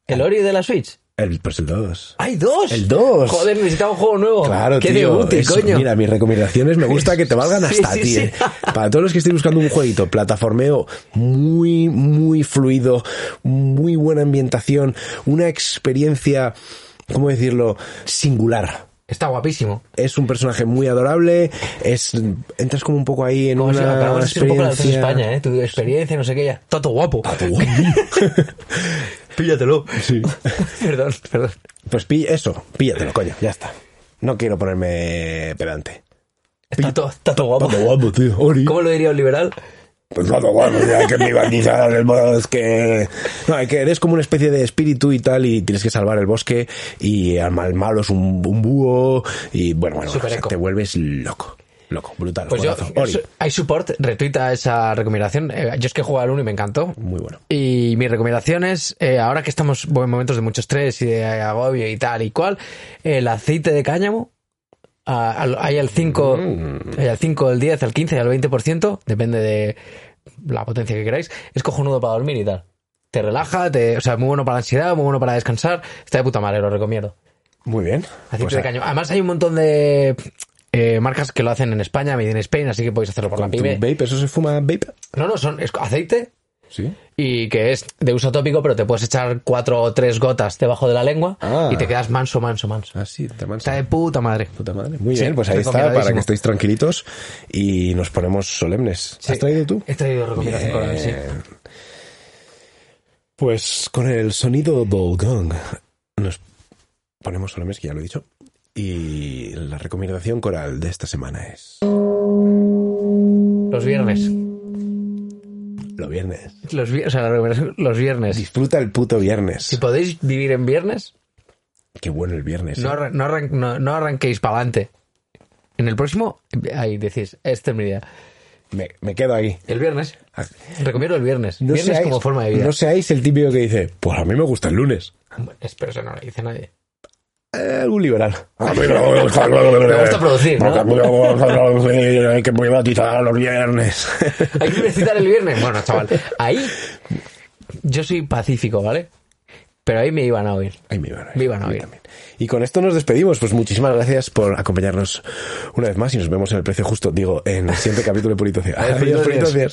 B: ¿El Ori de la Switch?
A: el pues el 2.
B: ¡Hay dos!
A: El dos.
B: Joder, necesitaba un juego nuevo.
A: Claro,
B: Oh, ¡Qué
A: tío.
B: de útil,
A: eso,
B: coño!
A: Mira, mis recomendaciones me gusta que te valgan
B: Sí,
A: hasta
B: sí,
A: a ti.
B: sí.
A: eh. Para todos los que estéis buscando un jueguito, plataformeo muy, muy fluido, muy buena ambientación, una experiencia, ¿cómo decirlo?, singular.
B: Está guapísimo.
A: Es un personaje muy adorable, es entras como un poco ahí en
B: Vamos a
A: una
B: acabamos de ser un poco la de
A: experiencia...
B: España, ¿eh? Tu experiencia, no sé qué ya. Tato guapo. Píllatelo.
A: Sí.
B: perdón, perdón.
A: Pues pi- eso, píllatelo, coño, ya está. No quiero ponerme pedante.
B: Tato, tato guapo.
A: Pato guapo, tío. Ori.
B: Oh. ¿Cómo lo diría un liberal?
A: Pues bueno, bueno, o sea, hay que privatizar el bosque. No, hay que eres como una especie de espíritu y tal, y tienes que salvar el bosque, y al mal malo es un, un búho, y bueno, bueno,
B: Super
A: o sea,
B: eco.
A: te vuelves loco. Loco, brutal.
B: Pues yo,
A: juegazo. Ori,
B: hay support, retuita esa recomendación. Eh, Yo es que he jugado al uno y me encantó.
A: muy bueno.
B: Y mi recomendación es, eh, ahora que estamos en momentos de mucho estrés y de agobio y tal y cual, el aceite de cáñamo, ah, al- hay al 5,
A: Mm.
B: hay al 5, el 10, al 15 y al 20%, depende de la potencia que queráis, es cojonudo para dormir y tal. Te relaja, te, o sea, muy bueno para la ansiedad, muy bueno para descansar, está de puta madre, lo recomiendo.
A: Muy bien.
B: Aceite
A: Pues,
B: de
A: ah,
B: cáñamo. Además hay un montón de eh, marcas que lo hacen en España, Made in Spain, así que podéis hacerlo por la
A: ¿tu
B: pyme.
A: vape, ¿eso se fuma vape?
B: No, no, son es aceite
A: Sí.
B: y que es de uso tópico, pero te puedes echar cuatro o tres gotas debajo de la lengua
A: Ah.
B: y te quedas manso, manso, manso.
A: Ah, sí, te mansa.
B: Está de puta madre.
A: Puta madre. Muy
B: Sí,
A: bien, pues ahí está, para
B: recomendadísimo.
A: que estéis tranquilitos y nos ponemos solemnes.
B: Sí.
A: ¿Has traído tú?
B: He traído recomendación con él, sí.
A: Bien. Pues con el sonido del gong nos ponemos solemnes, que ya lo he dicho. Y la recomendación coral de esta semana es
B: Los viernes.
A: lo viernes.
B: Los, vi- o sea, la recomendación- los viernes.
A: Disfruta el puto viernes.
B: Si podéis vivir en viernes,
A: Qué bueno el viernes.
B: no,
A: ¿eh?
B: arran- no arran- no- no arranquéis para adelante. En el próximo, ahí decís, este es mi día.
A: me, me quedo ahí.
B: El viernes.
A: Ah,
B: Recomiendo el viernes. viernes
A: seáis-
B: como forma de vida.
A: No seáis el típico que dice, pues a mí me gusta el lunes.
B: Espero que no lo dice nadie.
A: Eh, algún liberal.
B: Me
A: Me
B: gusta producir, ¿no?
A: Hay que privatizar los viernes.
B: Hay que recitar el viernes. Bueno, chaval, ahí yo soy pacífico, ¿vale? Pero ahí me iban a oír.
A: Ay, me iban a oír.
B: Me iban a
A: Yo
B: oír.
A: también. Y con esto nos despedimos. Pues muchísimas gracias por acompañarnos una vez más y nos vemos en el precio justo, digo, en el siguiente capítulo de Purito Cier.
B: Adiós, Purito Cier.